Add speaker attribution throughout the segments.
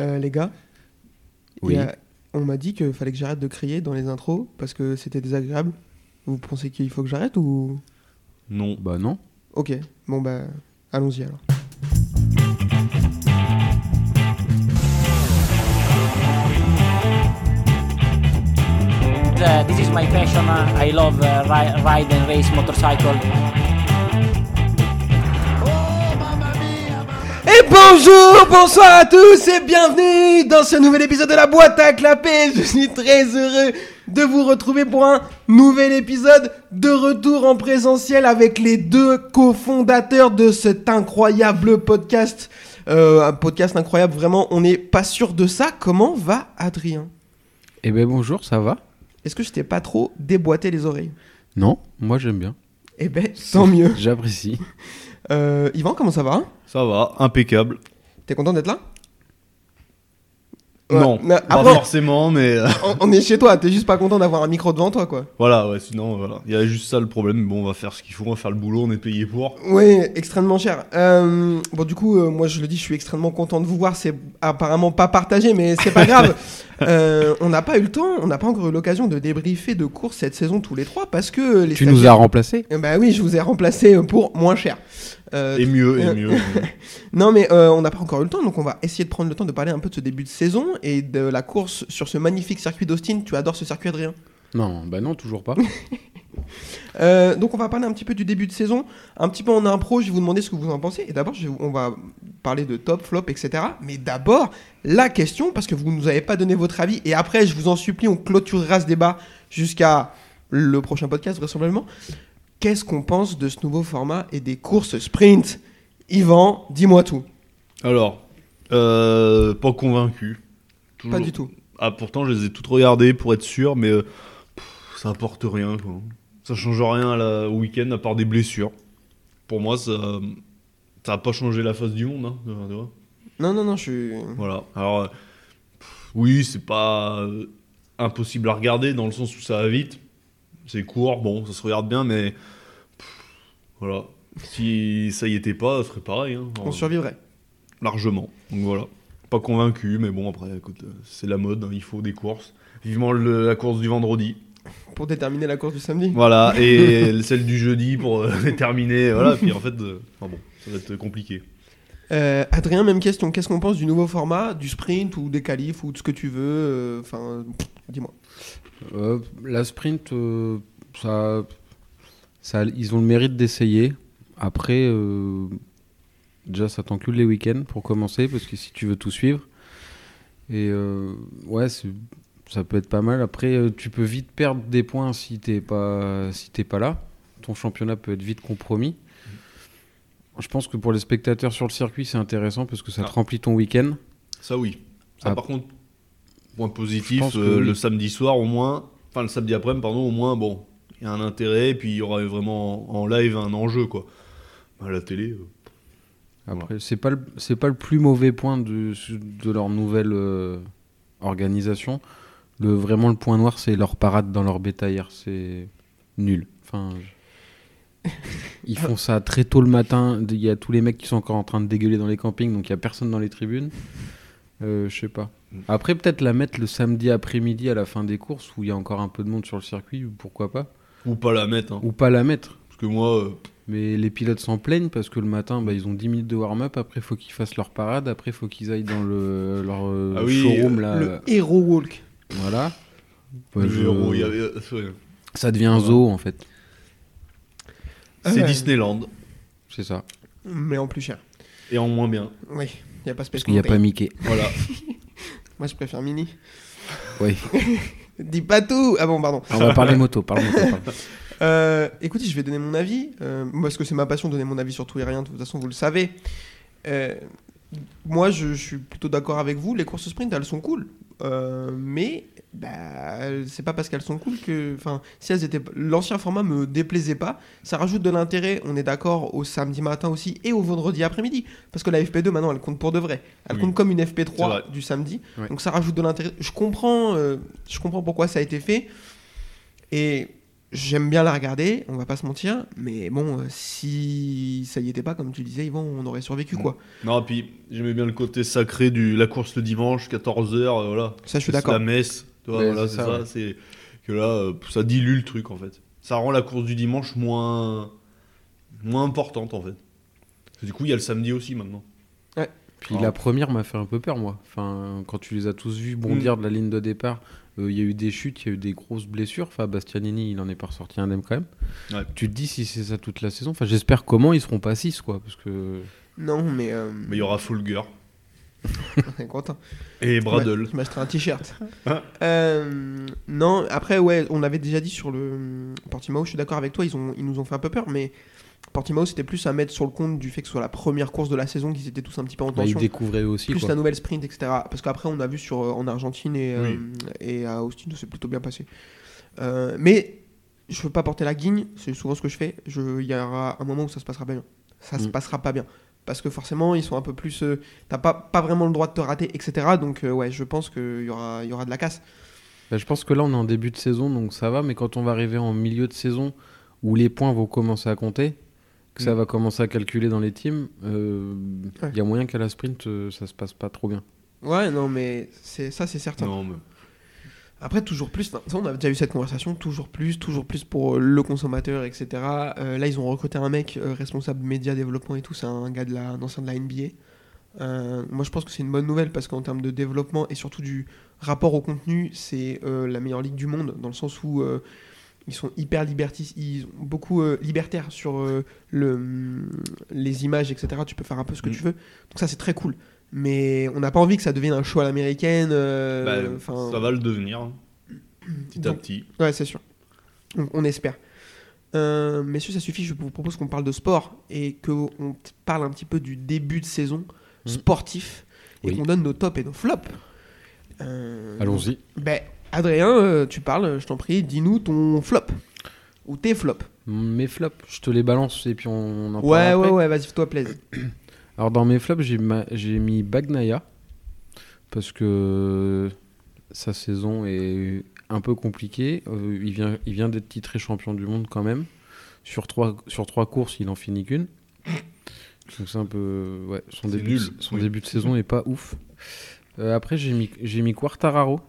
Speaker 1: Euh, les gars,
Speaker 2: Oui.
Speaker 1: il y a- on m'a dit qu'il fallait que j'arrête de crier dans les intros parce que c'était désagréable. Vous pensez qu'il faut que j'arrête ou.
Speaker 2: Non.
Speaker 3: Bah non.
Speaker 1: Ok, bon bah, allons-y alors.
Speaker 4: Uh, this is my passion. Uh, I love uh, ri- ride and race motorcycle.
Speaker 1: Et bonjour, bonsoir à tous et bienvenue dans ce nouvel épisode de la boîte à clapper. Je suis très heureux de vous retrouver pour un nouvel épisode de retour en présentiel avec les deux cofondateurs de cet incroyable podcast. Euh, un podcast incroyable, vraiment, on n'est pas sûr de ça. Comment va Adrien
Speaker 3: Eh ben bonjour, ça va
Speaker 1: Est-ce que je t'ai pas trop déboîté les oreilles
Speaker 3: Non, moi j'aime bien.
Speaker 1: Eh ben, tant mieux.
Speaker 3: J'apprécie.
Speaker 1: Euh, Yvan, comment ça va
Speaker 2: Ça va, impeccable.
Speaker 1: T'es content d'être là Ah
Speaker 2: Non,
Speaker 1: Ouais, mais
Speaker 2: pas
Speaker 1: Après,
Speaker 2: forcément, mais euh,
Speaker 1: on, on est chez toi, t'es juste pas content d'avoir un micro devant toi, quoi.
Speaker 2: voilà, ouais, sinon, voilà. Il y a juste ça le problème. mais Bon, on va faire ce qu'il faut, on va faire le boulot, on est payé pour.
Speaker 1: Oui, extrêmement cher. Euh, bon, du coup, euh, moi je le dis, je suis extrêmement content de vous voir. C'est apparemment pas partagé, mais c'est pas grave. Euh, on n'a pas eu le temps, on n'a pas encore eu l'occasion de débriefer de course cette saison tous les trois parce que les.
Speaker 3: tu nous as
Speaker 1: stagiaires-
Speaker 3: remplacés
Speaker 1: Eh Bah oui, je vous ai remplacé pour moins cher. Euh,
Speaker 2: Et mieux, et
Speaker 1: euh,
Speaker 2: mieux. mais-
Speaker 1: Non, mais euh, on n'a pas encore eu le temps, donc on va essayer de prendre le temps de parler un peu de ce début de saison et de la course sur ce magnifique circuit d'Austin. Tu adores ce circuit, Adrien.
Speaker 3: Non, bah non, toujours pas.
Speaker 1: Euh, donc on va parler un petit peu du début de saison, un petit peu en impro, je vais vous demander ce que vous en pensez. Et d'abord, je vais vous- on va parler de top, flop, etc. Mais d'abord, la question, parce que vous nous avez pas donné votre avis, et après, je vous en supplie, on clôturera ce débat jusqu'à le prochain podcast, vraisemblablement. Qu'est-ce qu'on pense de ce nouveau format et des courses sprint Yvan, dis-moi tout.
Speaker 2: Alors, euh, pas convaincu. Toujours-
Speaker 1: Pas du tout.
Speaker 2: Ah, pourtant, je les ai toutes regardées pour être sûr, mais euh, pff, ça apporte rien, quoi. Ça change rien à la- au week-end, à part des blessures. Pour moi, ça. Ça a pas changé la face du monde, hein, euh, tu vois.
Speaker 1: Non, non, non, je suis.
Speaker 2: Voilà. Alors, euh, pff, oui, c'est pas euh, impossible à regarder dans le sens où ça va vite. C'est court, bon, ça se regarde bien, mais pff, voilà. Si ça y était pas, ça serait pareil. hein.
Speaker 1: On survivrait.
Speaker 2: Largement. Donc voilà. Pas convaincu, mais bon, après, écoute, euh, c'est la mode, hein, il faut des courses. Vivement le- la course du vendredi.
Speaker 1: Pour déterminer la course du samedi.
Speaker 2: Voilà, et celle du jeudi pour euh, terminer. Voilà, puis en fait, euh, enfin bon, ça va être compliqué.
Speaker 1: Euh, Adrien, même question. Qu'est-ce qu'on pense du nouveau format, du sprint ou des qualifs ou de ce que tu veux euh, Enfin, pff, dis-moi.
Speaker 3: Euh, la sprint, euh, ça, ça, ils ont le mérite d'essayer. Après, euh, déjà, ça t'encule les week-ends pour commencer, parce que si tu veux tout suivre. Et euh, ouais, c'est- ça peut être pas mal. Après, euh, tu peux vite perdre des points si t'es pas, si t'es pas là. Ton championnat peut être vite compromis. Je pense que pour les spectateurs sur le circuit, c'est intéressant parce que ça te
Speaker 2: Ah.
Speaker 3: remplit ton week-end.
Speaker 2: Ça oui. Ça
Speaker 3: Ah.
Speaker 2: par contre, point
Speaker 3: Je
Speaker 2: positif,
Speaker 3: pense que
Speaker 2: euh,
Speaker 3: oui.
Speaker 2: le samedi soir au moins, enfin le samedi après-midi, pardon, au moins, bon, il y a un intérêt, et puis il y aura vraiment en en live un enjeu, quoi. À la télé, euh,
Speaker 3: Après, c'est pas le- c'est pas le plus mauvais point de, de leur nouvelle euh, organisation. Le vraiment le point noir, c'est leur parade dans leur bêta hier, c'est nul. Enfin, je- ils font ça très tôt le matin. Il y a tous les mecs qui sont encore en train de dégueuler dans les campings, donc il y a personne dans les tribunes. Euh, Je sais pas. Après, peut-être la mettre le samedi après-midi à la fin des courses où il y a encore un peu de monde sur le circuit, pourquoi pas.
Speaker 2: ou pas la mettre, hein.
Speaker 3: Ou pas la mettre.
Speaker 2: parce que moi, euh,
Speaker 3: Mais les pilotes s'en plaignent parce que le matin, bah, ils ont 10 minutes de warm-up, après faut qu'ils fassent leur parade, après faut qu'ils aillent dans le, leur euh,
Speaker 2: Ah oui,
Speaker 3: showroom.
Speaker 2: euh,
Speaker 3: Là,
Speaker 1: Le Hero Walk.
Speaker 3: Voilà. Bah,
Speaker 2: le
Speaker 3: je-
Speaker 2: héros, il y avait- euh, ouais.
Speaker 3: Ça devient un zoo en fait,
Speaker 1: Ah
Speaker 2: c'est
Speaker 1: ouais.
Speaker 2: Disneyland,
Speaker 3: c'est ça.
Speaker 1: Mais en plus cher.
Speaker 2: et en moins bien.
Speaker 1: Oui, il a pas Space
Speaker 3: Parce qu'il n'y a pas
Speaker 1: Mountain.
Speaker 3: Mickey.
Speaker 2: Voilà.
Speaker 1: Moi, je préfère Mini.
Speaker 3: Oui.
Speaker 1: Dis pas tout Ah bon, pardon.
Speaker 3: On va parler moto, parle moto. parle.
Speaker 1: Euh, écoutez, je vais donner mon avis. euh, parce que c'est ma passion de donner mon avis sur tout et rien. De toute façon, vous le savez. Euh, moi, je, je suis plutôt d'accord avec vous. Les courses sprint, elles sont cool. Euh, mais bah, c'est pas parce qu'elles sont cool que. Enfin, si elles étaient. L'ancien format me déplaisait pas. Ça rajoute de l'intérêt, on est d'accord, au samedi matin aussi et au vendredi après-midi. Parce que la FP2, maintenant, elle compte pour de vrai. Elle
Speaker 2: Oui.
Speaker 1: compte comme une
Speaker 2: C'est vrai.
Speaker 1: FP3 du samedi.
Speaker 3: Ouais.
Speaker 1: Donc ça rajoute de l'intérêt. Je comprends, euh, je comprends pourquoi ça a été fait. Et J'aime bien la regarder, on va pas se mentir, mais bon, euh, si ça y était pas, comme tu disais, Yvan, on aurait survécu
Speaker 2: Mm.
Speaker 1: quoi.
Speaker 2: Non, puis j'aimais bien le côté sacré du la course le dimanche, 14h, voilà.
Speaker 1: Ça, je suis
Speaker 2: C'est
Speaker 1: d'accord.
Speaker 2: La messe, tu vois,
Speaker 3: Ouais,
Speaker 2: voilà,
Speaker 3: c'est
Speaker 2: c'est
Speaker 3: ça,
Speaker 2: ça.
Speaker 3: ouais.
Speaker 2: C'est que là, euh, ça dilue le truc en fait. Ça rend la course du dimanche moins, moins importante en fait. Parce que du coup, il y a le samedi aussi maintenant.
Speaker 3: Puis
Speaker 2: Ah.
Speaker 3: la première m'a fait un peu peur, moi. Enfin, quand tu les as tous vus
Speaker 2: Mm.
Speaker 3: bondir de la ligne de départ, euh, il y a eu des chutes, il y a eu des grosses blessures. Enfin, Bastianini, il en est pas ressorti indemne quand même.
Speaker 2: Ouais.
Speaker 3: Tu te dis si c'est ça toute la saison. Enfin, j'espère comment ils seront pas 6, quoi. Parce que. bah,
Speaker 1: Non, mais euh,
Speaker 2: Mais il y aura Fulger
Speaker 1: on est content.
Speaker 2: et Bradle.
Speaker 1: Je m'achèterai un t-shirt.
Speaker 2: Ah.
Speaker 1: Euh, non, après, ouais, on avait déjà dit sur le euh, Portimao, je suis d'accord avec toi, ils, ont, ils nous ont fait un peu peur, mais Portimao, c'était plus à mettre sur le compte du fait que ce soit la première course de la saison, qu'ils étaient tous un petit peu en
Speaker 3: Bah, ils
Speaker 1: tension.
Speaker 3: découvraient eux aussi,
Speaker 1: plus
Speaker 3: quoi.
Speaker 1: la nouvelle sprint, etc. Parce qu'après, on a vu sur, euh, en Argentine et, euh,
Speaker 2: Oui.
Speaker 1: et à Austin, c'est plutôt bien passé. Euh, mais je veux pas porter la guigne, c'est souvent ce que je fais. Je- Il y aura un moment où ça se passera pas bien. Ça se
Speaker 3: Mm.
Speaker 1: passera pas bien. Parce que forcément, ils sont un peu plus. euh, T'as pas, pas vraiment le droit de te rater, etc. Donc, euh, ouais, je pense qu'il y aura, il y aura de la casse.
Speaker 3: Bah, je pense que là, on est en début de saison, donc ça va. Mais quand on va arriver en milieu de saison, où les points vont commencer à compter, que ça
Speaker 2: Mm.
Speaker 3: va commencer à calculer dans les teams, euh, il
Speaker 1: Ouais.
Speaker 3: y a moyen qu'à la sprint, euh, ça se passe pas trop bien.
Speaker 1: Ouais, non, mais c'est ça, c'est certain.
Speaker 2: Non, mais
Speaker 1: Après, toujours plus, non, ça, on a déjà eu cette conversation, toujours plus, toujours plus pour euh, le consommateur, etc. Euh, là, ils ont recruté un mec euh, responsable média, développement et tout, c'est un gars de la, un ancien de la NBA. Euh, moi, je pense que c'est une bonne nouvelle parce qu'en termes de développement et surtout du rapport au contenu, c'est euh, la meilleure ligue du monde dans le sens où euh, ils sont hyper libertis, ils sont beaucoup euh, libertaires sur euh, le, hum, les images, etc. Tu peux faire un peu ce que
Speaker 2: Mm.
Speaker 1: tu veux, donc ça, c'est très cool. Mais on n'a pas envie que ça devienne un show à l'américaine. euh,
Speaker 2: bah,
Speaker 1: enfin,
Speaker 2: ça va le devenir hein, petit à
Speaker 1: donc,
Speaker 2: petit.
Speaker 1: Ouais, c'est sûr. On, on espère. Euh, messieurs, ça suffit. Je vous propose qu'on parle de sport et qu'on t- parle un petit peu du début de saison
Speaker 3: Mhm.
Speaker 1: sportif et
Speaker 3: Oui.
Speaker 1: qu'on donne nos tops et nos flops. Euh,
Speaker 3: Allons-y.
Speaker 1: Ben, Adrien, euh, tu parles, je t'en prie. Dis-nous ton flop ou tes flops.
Speaker 3: Mes flops, je te les balance et puis on, on en parle
Speaker 1: Ouais,
Speaker 3: après.
Speaker 1: ouais, ouais, vas-y, toi, plaise.
Speaker 3: Alors dans mes flops, j'ai ma- j'ai mis Bagnaia parce que sa saison est un peu compliquée. Euh, il vient, il vient d'être titré champion du monde quand même. Sur trois, sur trois courses, il en finit qu'une. Donc c'est un peu, ouais, son
Speaker 2: C'est
Speaker 3: début, de-
Speaker 2: nul,
Speaker 3: son
Speaker 2: oui.
Speaker 3: début de saison est pas ouf. Euh, après j'ai mis, j'ai mis Quartararo.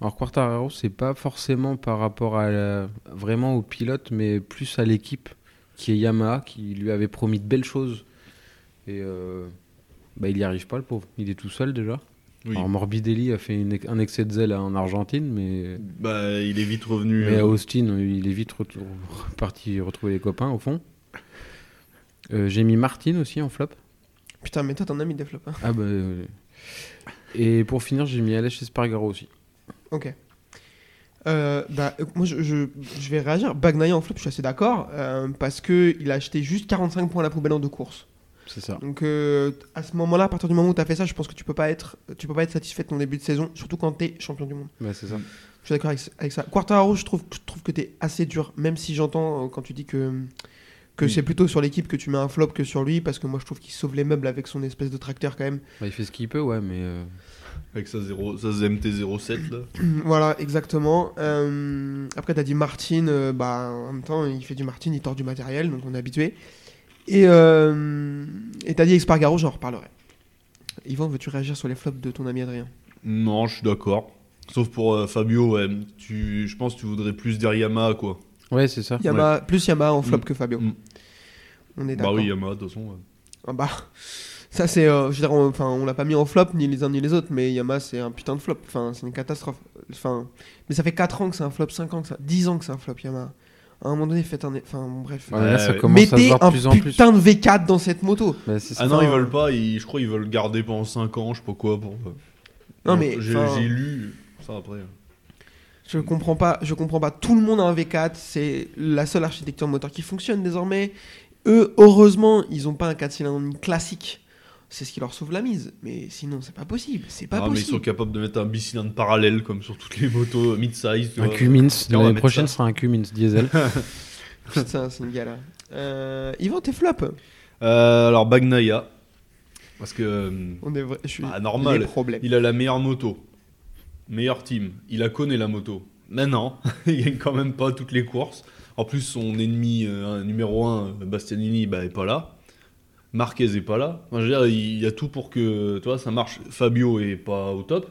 Speaker 3: Alors Quartararo, c'est pas forcément par rapport à la- vraiment au pilote, mais plus à l'équipe qui est Yamaha, qui lui avait promis de belles choses. Et euh, bah, il n'y arrive pas, le pauvre. Il est tout seul déjà.
Speaker 2: Oui.
Speaker 3: Alors Morbidelli a fait une ex- un excès de zèle en Argentine, mais,
Speaker 2: Bah, il est vite revenu.
Speaker 3: mais
Speaker 2: euh,
Speaker 3: à Austin, il est vite retou- reparti retrouver les copains au fond. Euh, J'ai mis Martin aussi en flop.
Speaker 1: Putain, mais toi, t'en as mis des flops. hein.
Speaker 3: Ah bah, euh, Et pour finir, j'ai mis Aleix Espargaro aussi.
Speaker 1: Ok. Euh, bah, euh, moi, je, je- je vais réagir. Bagnaia en flop, je suis assez d'accord euh, parce qu'il a acheté juste 45 points à la poubelle en deux courses.
Speaker 3: C'est ça.
Speaker 1: Donc euh, à ce moment-là, à partir du moment où tu as fait ça, je pense que tu peux pas être tu peux pas être satisfait de ton début de saison, surtout quand tu es champion du monde.
Speaker 3: Bah, c'est ça.
Speaker 1: Je suis d'accord avec, avec ça. Quartaro, je trouve je trouve que tu es assez dur même si j'entends euh, quand tu dis que que
Speaker 2: Oui.
Speaker 1: c'est plutôt sur l'équipe que tu mets un flop que sur lui parce que moi je trouve qu'il sauve les meubles avec son espèce de tracteur quand même.
Speaker 3: Bah, il fait ce qu'il peut, ouais, mais euh,
Speaker 2: Avec sa, 0, sa MT-07 là.
Speaker 1: voilà, exactement. Euh, après tu as dit Martin euh, bah en même temps, il fait du Martin, il tord du matériel, donc on est habitué. Et euh, et t'as dit Expargaro, j'en reparlerai. Yvan, veux-tu réagir sur les flops de ton ami Adrien
Speaker 2: Non, je suis d'accord. Sauf pour euh, Fabio, ouais, tu, je pense que tu voudrais plus d'Yamaha, quoi. Bah
Speaker 3: ouais, c'est ça.
Speaker 1: Yama, Plus Yama en flop
Speaker 2: Mm.
Speaker 1: que Fabio.
Speaker 2: Mm.
Speaker 1: On est
Speaker 2: Bah
Speaker 1: d'accord.
Speaker 2: oui, hein. Yamaha, de toute façon. ouais.
Speaker 1: Ah bah, ça c'est, euh, je veux dire, on- enfin, on l'a pas mis en flop ni les uns ni les autres, mais Yama c'est un putain de flop. Enfin, c'est une catastrophe. Enfin, mais ça fait 4 ans que c'est un flop, 5 ans que ça, 10 ans que c'est un flop Yama. À un moment donné, faites un, enfin, bon, bref.
Speaker 3: Ouais, là, ça
Speaker 2: Ouais, ouais.
Speaker 3: commence à se
Speaker 1: Mettez
Speaker 3: voir de
Speaker 1: un
Speaker 3: plus en plus.
Speaker 1: putain de V4 dans cette moto.
Speaker 3: Bah, c'est ça.
Speaker 2: Ah non,
Speaker 1: Enfin-
Speaker 2: ils veulent pas. ils- je crois qu'ils veulent garder pendant 5 ans, je sais pas quoi. Pour... euh,
Speaker 1: Non mais,
Speaker 2: J'ai
Speaker 1: enfin,
Speaker 2: j'ai lu ça après.
Speaker 1: je comprends pas, je comprends pas. Tout le monde a un V4, c'est la seule architecture moteur qui fonctionne désormais. Eux, heureusement, ils ont pas un 4 cylindres classique. C'est ce qui leur sauve la mise. Mais sinon, c'est pas possible. C'est pas
Speaker 2: ah, mais ils
Speaker 1: possible.
Speaker 2: sont capables de mettre un bicylindre parallèle, comme sur toutes les motos euh, mid-size. tu
Speaker 3: Un
Speaker 2: vois.
Speaker 3: Cummins.
Speaker 2: on va
Speaker 3: L'année
Speaker 2: mettre
Speaker 3: prochaine,
Speaker 2: ça.
Speaker 3: ce sera un Cummins diesel.
Speaker 1: Putain, c'est une galère. Euh, Yvan, t'es flop.
Speaker 2: Euh, alors, Bagnaia. Parce que. euh,
Speaker 1: On est vrai, je suis
Speaker 2: Bah, normal.
Speaker 1: les problèmes.
Speaker 2: Il a la meilleure moto. Meilleur team. Il la connaît la moto. Mais non, il gagne quand même pas toutes les courses. En plus, son ennemi euh, numéro 1, Bastianini, bah, est pas là. Marquez est pas là. Enfin, je veux dire, il y a tout pour que tu vois, ça marche. Fabio est pas au top.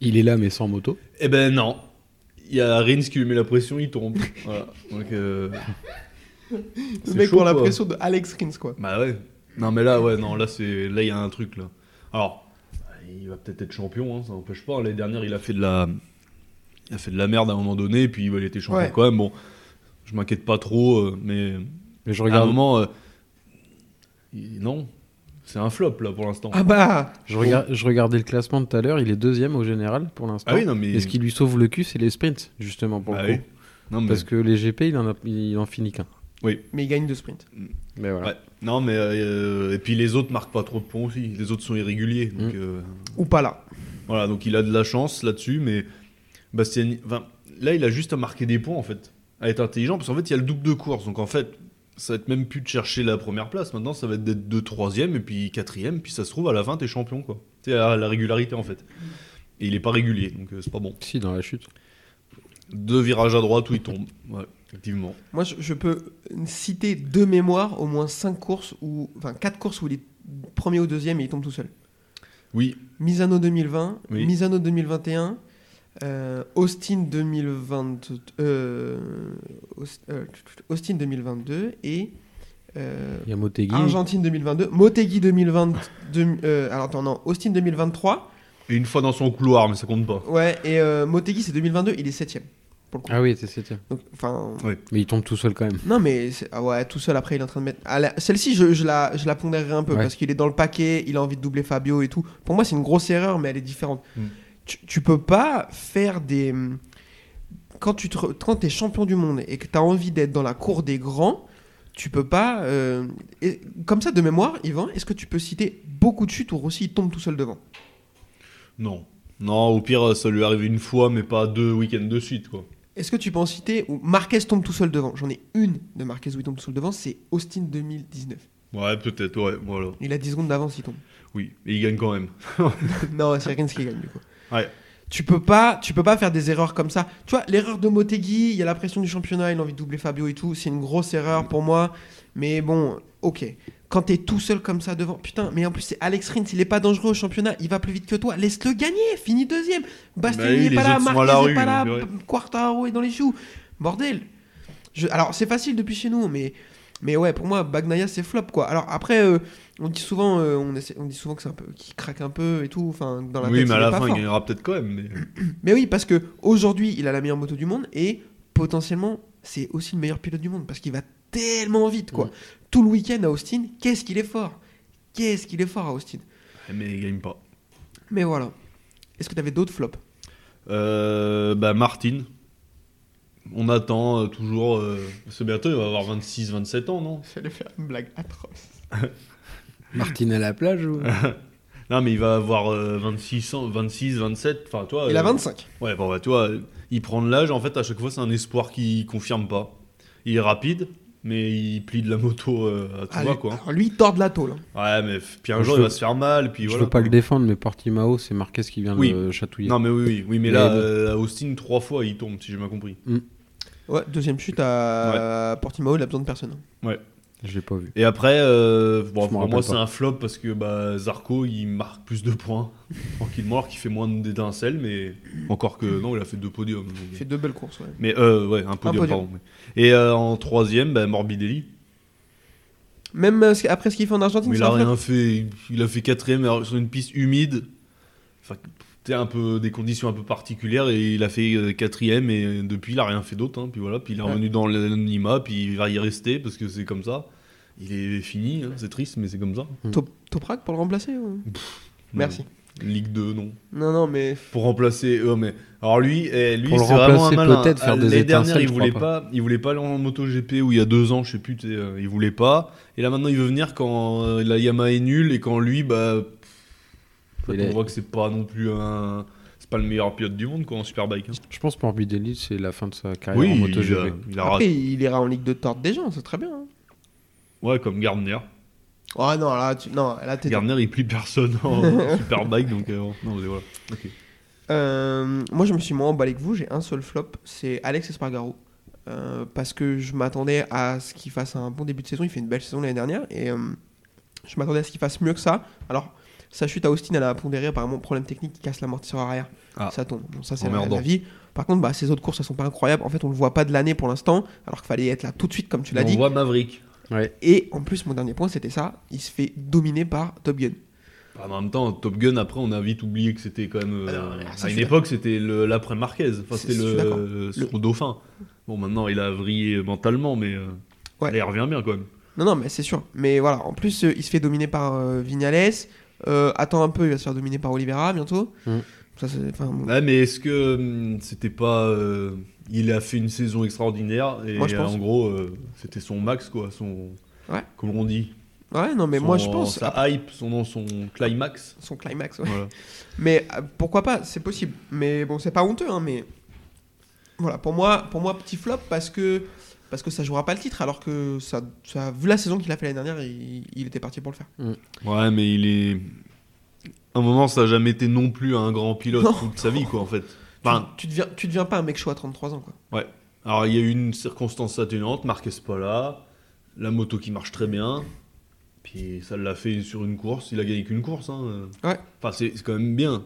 Speaker 3: Il est là, mais sans moto.
Speaker 2: Eh ben non. Il y a Rins qui lui met la pression, il tombe. Voilà. Donc, euh,
Speaker 1: Le
Speaker 2: c'est
Speaker 1: mec
Speaker 2: chaud,
Speaker 1: pour la
Speaker 2: quoi.
Speaker 1: pression de Alex Rins, quoi.
Speaker 2: Bah ouais. Non mais là ouais non là c'est là il y a un truc là. Alors il va peut-être être champion hein, ça n'empêche pas. L'année dernière il a fait de la il a fait de la merde à un moment donné puis bah, il était champion
Speaker 1: Ouais.
Speaker 2: quand même. Bon je m'inquiète pas trop euh, mais
Speaker 3: Mais je
Speaker 2: à un
Speaker 3: regarde,
Speaker 2: moment euh, il- non c'est un flop là pour l'instant.
Speaker 1: Ah bah
Speaker 3: je, regarde- je regardais le classement tout à l'heure. Il est deuxième au général pour l'instant.
Speaker 2: Ah oui non mais
Speaker 3: Et ce qui lui sauve le cul, c'est les sprints, justement, pour
Speaker 2: Ah
Speaker 3: le
Speaker 2: oui.
Speaker 3: coup.
Speaker 2: non mais
Speaker 3: Parce que les GP, il en, a- il en finit qu'un.
Speaker 1: Mais il gagne de sprint.
Speaker 3: Mais voilà.
Speaker 2: Ouais. non mais euh, et puis les autres marquent pas trop de points aussi. Les autres sont irréguliers donc
Speaker 3: Mm.
Speaker 2: euh,
Speaker 1: Ou pas là.
Speaker 2: Voilà, donc il a de la chance là-dessus, mais Bastiani. Enfin, là, il a juste à marquer des points, en fait, à être intelligent, parce qu'en fait, il y a le double de course. Donc, en fait, ça va être même plus de chercher la première place. Maintenant, ça va être d'être de troisième, et puis quatrième, puis ça se trouve, à la fin, t'es champion, quoi. C'est à la régularité, en fait. Et il est pas régulier, donc euh, c'est pas bon.
Speaker 3: Si, dans la chute.
Speaker 2: Deux virages à droite où il tombe. Ouais, effectivement.
Speaker 1: Moi, je, je peux citer de mémoire au moins 5 courses, ou enfin 4 courses où il est premier ou deuxième et il tombe tout seul.
Speaker 2: Oui,
Speaker 1: Misano 2020,
Speaker 2: Oui.
Speaker 1: Misano 2021, euh, Austin 2020, euh, Aust- euh, Austin 2022 et euh,
Speaker 3: Il y a Motegi.
Speaker 1: Argentine 2022, Motegi 2022, euh, alors attends non, Austin 2023,
Speaker 2: et une fois dans son couloir, mais ça compte pas.
Speaker 1: ouais et euh, Motegi c'est 2022, il est septième pour le coup.
Speaker 3: Ah oui, c'est- c'était.
Speaker 1: Donc, Enfin,
Speaker 3: Mais il tombe tout seul quand même.
Speaker 1: non mais c'est- ah ouais, tout seul après il est en train de mettre. Ah, la- Celle-ci je, je la je la pondérerai un peu
Speaker 3: Ouais.
Speaker 1: parce qu'il est dans le paquet, il a envie de doubler Fabio et tout. Pour moi c'est une grosse erreur mais elle est différente.
Speaker 2: Mm.
Speaker 1: Tu, tu peux pas faire des quand tu te re- quand es champion du monde et que tu as envie d'être dans la cour des grands, tu peux pas euh, et- comme ça de mémoire Yvan, est-ce que tu peux citer beaucoup de chutes où Rossi il tombe tout seul devant
Speaker 2: Non. Non, au pire, ça lui est arrivé une fois, mais pas deux week-ends de suite, quoi.
Speaker 1: Est-ce que tu peux en citer où Marquez tombe tout seul devant J'en ai une de Marquez où il tombe tout seul devant, c'est Austin 2019.
Speaker 2: Ouais, peut-être, ouais, voilà.
Speaker 1: Il a 10 secondes d'avance, il tombe.
Speaker 2: Oui, et il gagne quand même.
Speaker 1: Non, c'est Rins qui gagne du coup.
Speaker 2: Ouais.
Speaker 1: Tu peux pas, tu peux pas faire des erreurs comme ça. Tu vois, l'erreur de Motegi, il y a la pression du championnat, il a envie de doubler Fabio et tout, c'est une grosse erreur pour moi. Mais bon, ok. Quand t'es tout seul comme ça devant, putain, mais en plus c'est Alex Rins, il est pas dangereux au championnat, il va plus vite que toi, laisse-le gagner, fini deuxième.
Speaker 2: Bah
Speaker 1: Bastiani
Speaker 2: oui,
Speaker 1: est
Speaker 2: les
Speaker 1: pas là,
Speaker 2: autres sont à
Speaker 1: Marquez
Speaker 2: la
Speaker 1: est
Speaker 2: rue,
Speaker 1: pas là,
Speaker 2: donc, ouais.
Speaker 1: P- Quartaro est dans les choux, bordel. Je- alors c'est facile depuis chez nous, mais mais ouais, pour moi Bagnaia c'est flop quoi. Alors après, euh, on dit souvent, euh, on, essaie- on dit souvent que c'est un peu, qu'il craque un peu et tout, enfin dans la
Speaker 2: oui,
Speaker 1: tête,
Speaker 2: mais à
Speaker 1: il est
Speaker 2: la
Speaker 1: pas
Speaker 2: fin,
Speaker 1: fort.
Speaker 2: il gagnera peut-être quand même. Mais...
Speaker 1: Mais oui, parce que aujourd'hui, il a la meilleure moto du monde et potentiellement, c'est aussi le meilleur pilote du monde parce qu'il va tellement vite, quoi.
Speaker 3: Mm.
Speaker 1: Tout le week-end à Austin, qu'est-ce qu'il est fort Qu'est-ce qu'il est fort à Austin
Speaker 2: mais il gagne pas.
Speaker 1: Mais voilà. Est-ce que t'avais d'autres flops
Speaker 2: Euh, bah, Martin. On attend euh, toujours. euh, parce que bientôt, il va avoir 26, 27 ans, non
Speaker 1: J'allais faire une blague atroce.
Speaker 3: Martine à la plage ou...
Speaker 2: Non, mais il va avoir euh, 26, ans, 26, 27. Enfin, toi.
Speaker 1: Il
Speaker 2: euh,
Speaker 1: a 25.
Speaker 2: Ouais, bon, bah, toi, euh, il prend de l'âge. En fait, à chaque fois, c'est un espoir qui confirme pas. Il est rapide, mais il plie de la moto euh, à tout
Speaker 1: Ah,
Speaker 2: va,
Speaker 1: lui-
Speaker 2: quoi.
Speaker 1: alors lui, il tord de la tôle. hein.
Speaker 2: Ouais, mais f- puis un
Speaker 3: Je
Speaker 2: jour,
Speaker 3: veux-
Speaker 2: il va se faire mal. Puis
Speaker 3: Je
Speaker 2: voilà.
Speaker 3: veux pas le défendre, mais Portimao, c'est Marquez qui vient
Speaker 2: Oui.
Speaker 3: le chatouiller.
Speaker 2: Non, mais oui, oui, oui mais,
Speaker 3: Mais
Speaker 2: là,
Speaker 3: bon.
Speaker 2: euh, à Austin, trois fois, il tombe, si j'ai bien compris.
Speaker 1: Ouais, deuxième chute à Portimao, il a besoin de personne. hein.
Speaker 3: Je l'ai pas vu.
Speaker 2: Et après, euh, bon,
Speaker 3: m'en
Speaker 2: pour
Speaker 3: rappelle
Speaker 2: moi,
Speaker 3: pas.
Speaker 2: c'est un flop parce que bah, Zarco, il marque plus de points tranquillement, alors qu'il fait moins d'étincelles, mais encore que non, il a fait deux podiums. donc.
Speaker 1: Il fait deux belles courses, ouais.
Speaker 2: Mais euh, ouais, un podium,
Speaker 1: podium.
Speaker 2: pardon. Et euh, en troisième, bah, Morbidelli.
Speaker 1: Même euh, ce- après ce qu'il fait en Argentine,
Speaker 2: Mais il
Speaker 1: c'est un
Speaker 2: a
Speaker 1: flop.
Speaker 2: rien fait. Il a fait quatrième alors, sur une piste humide. Enfin, c'était un peu des conditions un peu particulières et il a fait euh, quatrième et depuis il a rien fait d'autre. hein. Puis voilà, puis il est
Speaker 1: Ouais.
Speaker 2: revenu dans l'anonymat, puis il va y rester parce que c'est comme ça. Il est fini, hein, c'est triste, mais c'est comme ça.
Speaker 1: Top- Toprak pour le remplacer ou- Merci.
Speaker 2: Ligue 2, non.
Speaker 1: Non, non, mais
Speaker 2: Pour remplacer. euh, mais... Alors lui, eh, lui
Speaker 3: Pour le
Speaker 2: c'est vraiment un
Speaker 3: remplacer,
Speaker 2: malin. Ah,
Speaker 3: peut-être, faire des
Speaker 2: L'année dernière,
Speaker 3: étincelles,
Speaker 2: il
Speaker 3: je
Speaker 2: voulait
Speaker 3: crois
Speaker 2: pas. il voulait pas aller en MotoGP où il y a deux ans, je sais plus, tu sais, euh, il voulait pas. Et là maintenant, il veut venir quand euh, la Yamaha est nulle et quand lui, bah, pff, en fait,
Speaker 3: Il est-
Speaker 2: on voit que c'est pas non plus un, c'est pas le meilleur pilote du monde quoi en superbike. hein.
Speaker 3: Je pense Morbidelli, c'est la fin de sa carrière
Speaker 2: Oui,
Speaker 3: en
Speaker 2: il, a,
Speaker 3: MotoGP.
Speaker 2: il a raté.
Speaker 1: après, il ira en Ligue de Torte des gens, c'est très bien. hein.
Speaker 2: Ouais, comme Gardner.
Speaker 1: Oh non, là, tu... non, là, t'es
Speaker 2: Gardner, il plie personne en superbike, donc euh, non, mais voilà. Ok.
Speaker 1: Euh, moi, je me suis moins emballé que vous. J'ai un seul flop, c'est Alex Espargaro. Euh, parce que je m'attendais à ce qu'il fasse un bon début de saison. Il fait une belle saison l'année dernière. Et euh, je m'attendais à ce qu'il fasse mieux que ça. Alors, sa chute à Austin, elle a pondéré apparemment problème technique qui casse l'amortisseur arrière.
Speaker 2: Ah.
Speaker 1: Ça tombe. Bon, ça, c'est la,
Speaker 2: Emmerdant.
Speaker 1: la vie. Par contre, bah, ses autres courses, elles sont pas incroyables. En fait, on le voit pas de l'année pour l'instant. Alors qu'il fallait être là tout de suite, comme tu l'as
Speaker 2: On
Speaker 1: dit.
Speaker 2: voit Maverick.
Speaker 1: Et en plus, mon dernier point, c'était ça. Il se fait dominer par Top Gun.
Speaker 2: Bah, en même temps, Top Gun, après, on a vite oublié que c'était quand même. euh,
Speaker 1: Ah non, ça, je
Speaker 2: à
Speaker 1: suis
Speaker 2: une
Speaker 1: d'accord.
Speaker 2: époque, c'était le- l'après Marquez. Enfin,
Speaker 1: C'est-
Speaker 2: c'était
Speaker 1: je suis d'accord.
Speaker 2: le, euh, son dauphin. Bon, maintenant, il a vrillé mentalement, mais. euh,
Speaker 1: Ouais.
Speaker 2: là, il revient bien quand même.
Speaker 1: Non, non, mais c'est sûr. Mais voilà, en plus, euh, il se fait dominer par euh, Vignales. Euh, attends un peu, il va se faire dominer par Oliveira bientôt.
Speaker 3: Mm.
Speaker 1: Ça, c'est. Enfin, bon.
Speaker 2: Ouais, mais est-ce que hum, c'était pas. euh, il a fait une saison extraordinaire et
Speaker 1: Moi, je
Speaker 2: euh,
Speaker 1: pense.
Speaker 2: en gros, euh, c'était son max, quoi. Son.
Speaker 1: Ouais.
Speaker 2: Comme on dit.
Speaker 1: Ouais, non, mais
Speaker 2: Son-
Speaker 1: moi, je pense.
Speaker 2: Sa
Speaker 1: à-
Speaker 2: hype, son, son climax.
Speaker 1: Son climax, ouais.
Speaker 2: Voilà.
Speaker 1: Mais euh, pourquoi pas, c'est possible. Mais bon, c'est pas honteux, hein, mais. Voilà, pour moi, pour moi, petit flop parce que. Parce que ça jouera pas le titre, alors que ça, ça, vu la saison qu'il a fait l'année dernière, il, il était parti pour le faire.
Speaker 2: Ouais, mais il est. À un moment, ça n'a jamais été non plus un grand pilote
Speaker 1: Non.
Speaker 2: toute sa vie, quoi, en fait. Enfin,
Speaker 1: tu, tu deviens, tu deviens pas un mec chaud à 33 ans, quoi.
Speaker 2: Alors, il y a eu une circonstance atténuante, Marquez pas là, la moto qui marche très bien, puis ça l'a fait sur une course, il a gagné qu'une course. hein.
Speaker 1: Ouais.
Speaker 2: Enfin, c'est c'est quand même bien.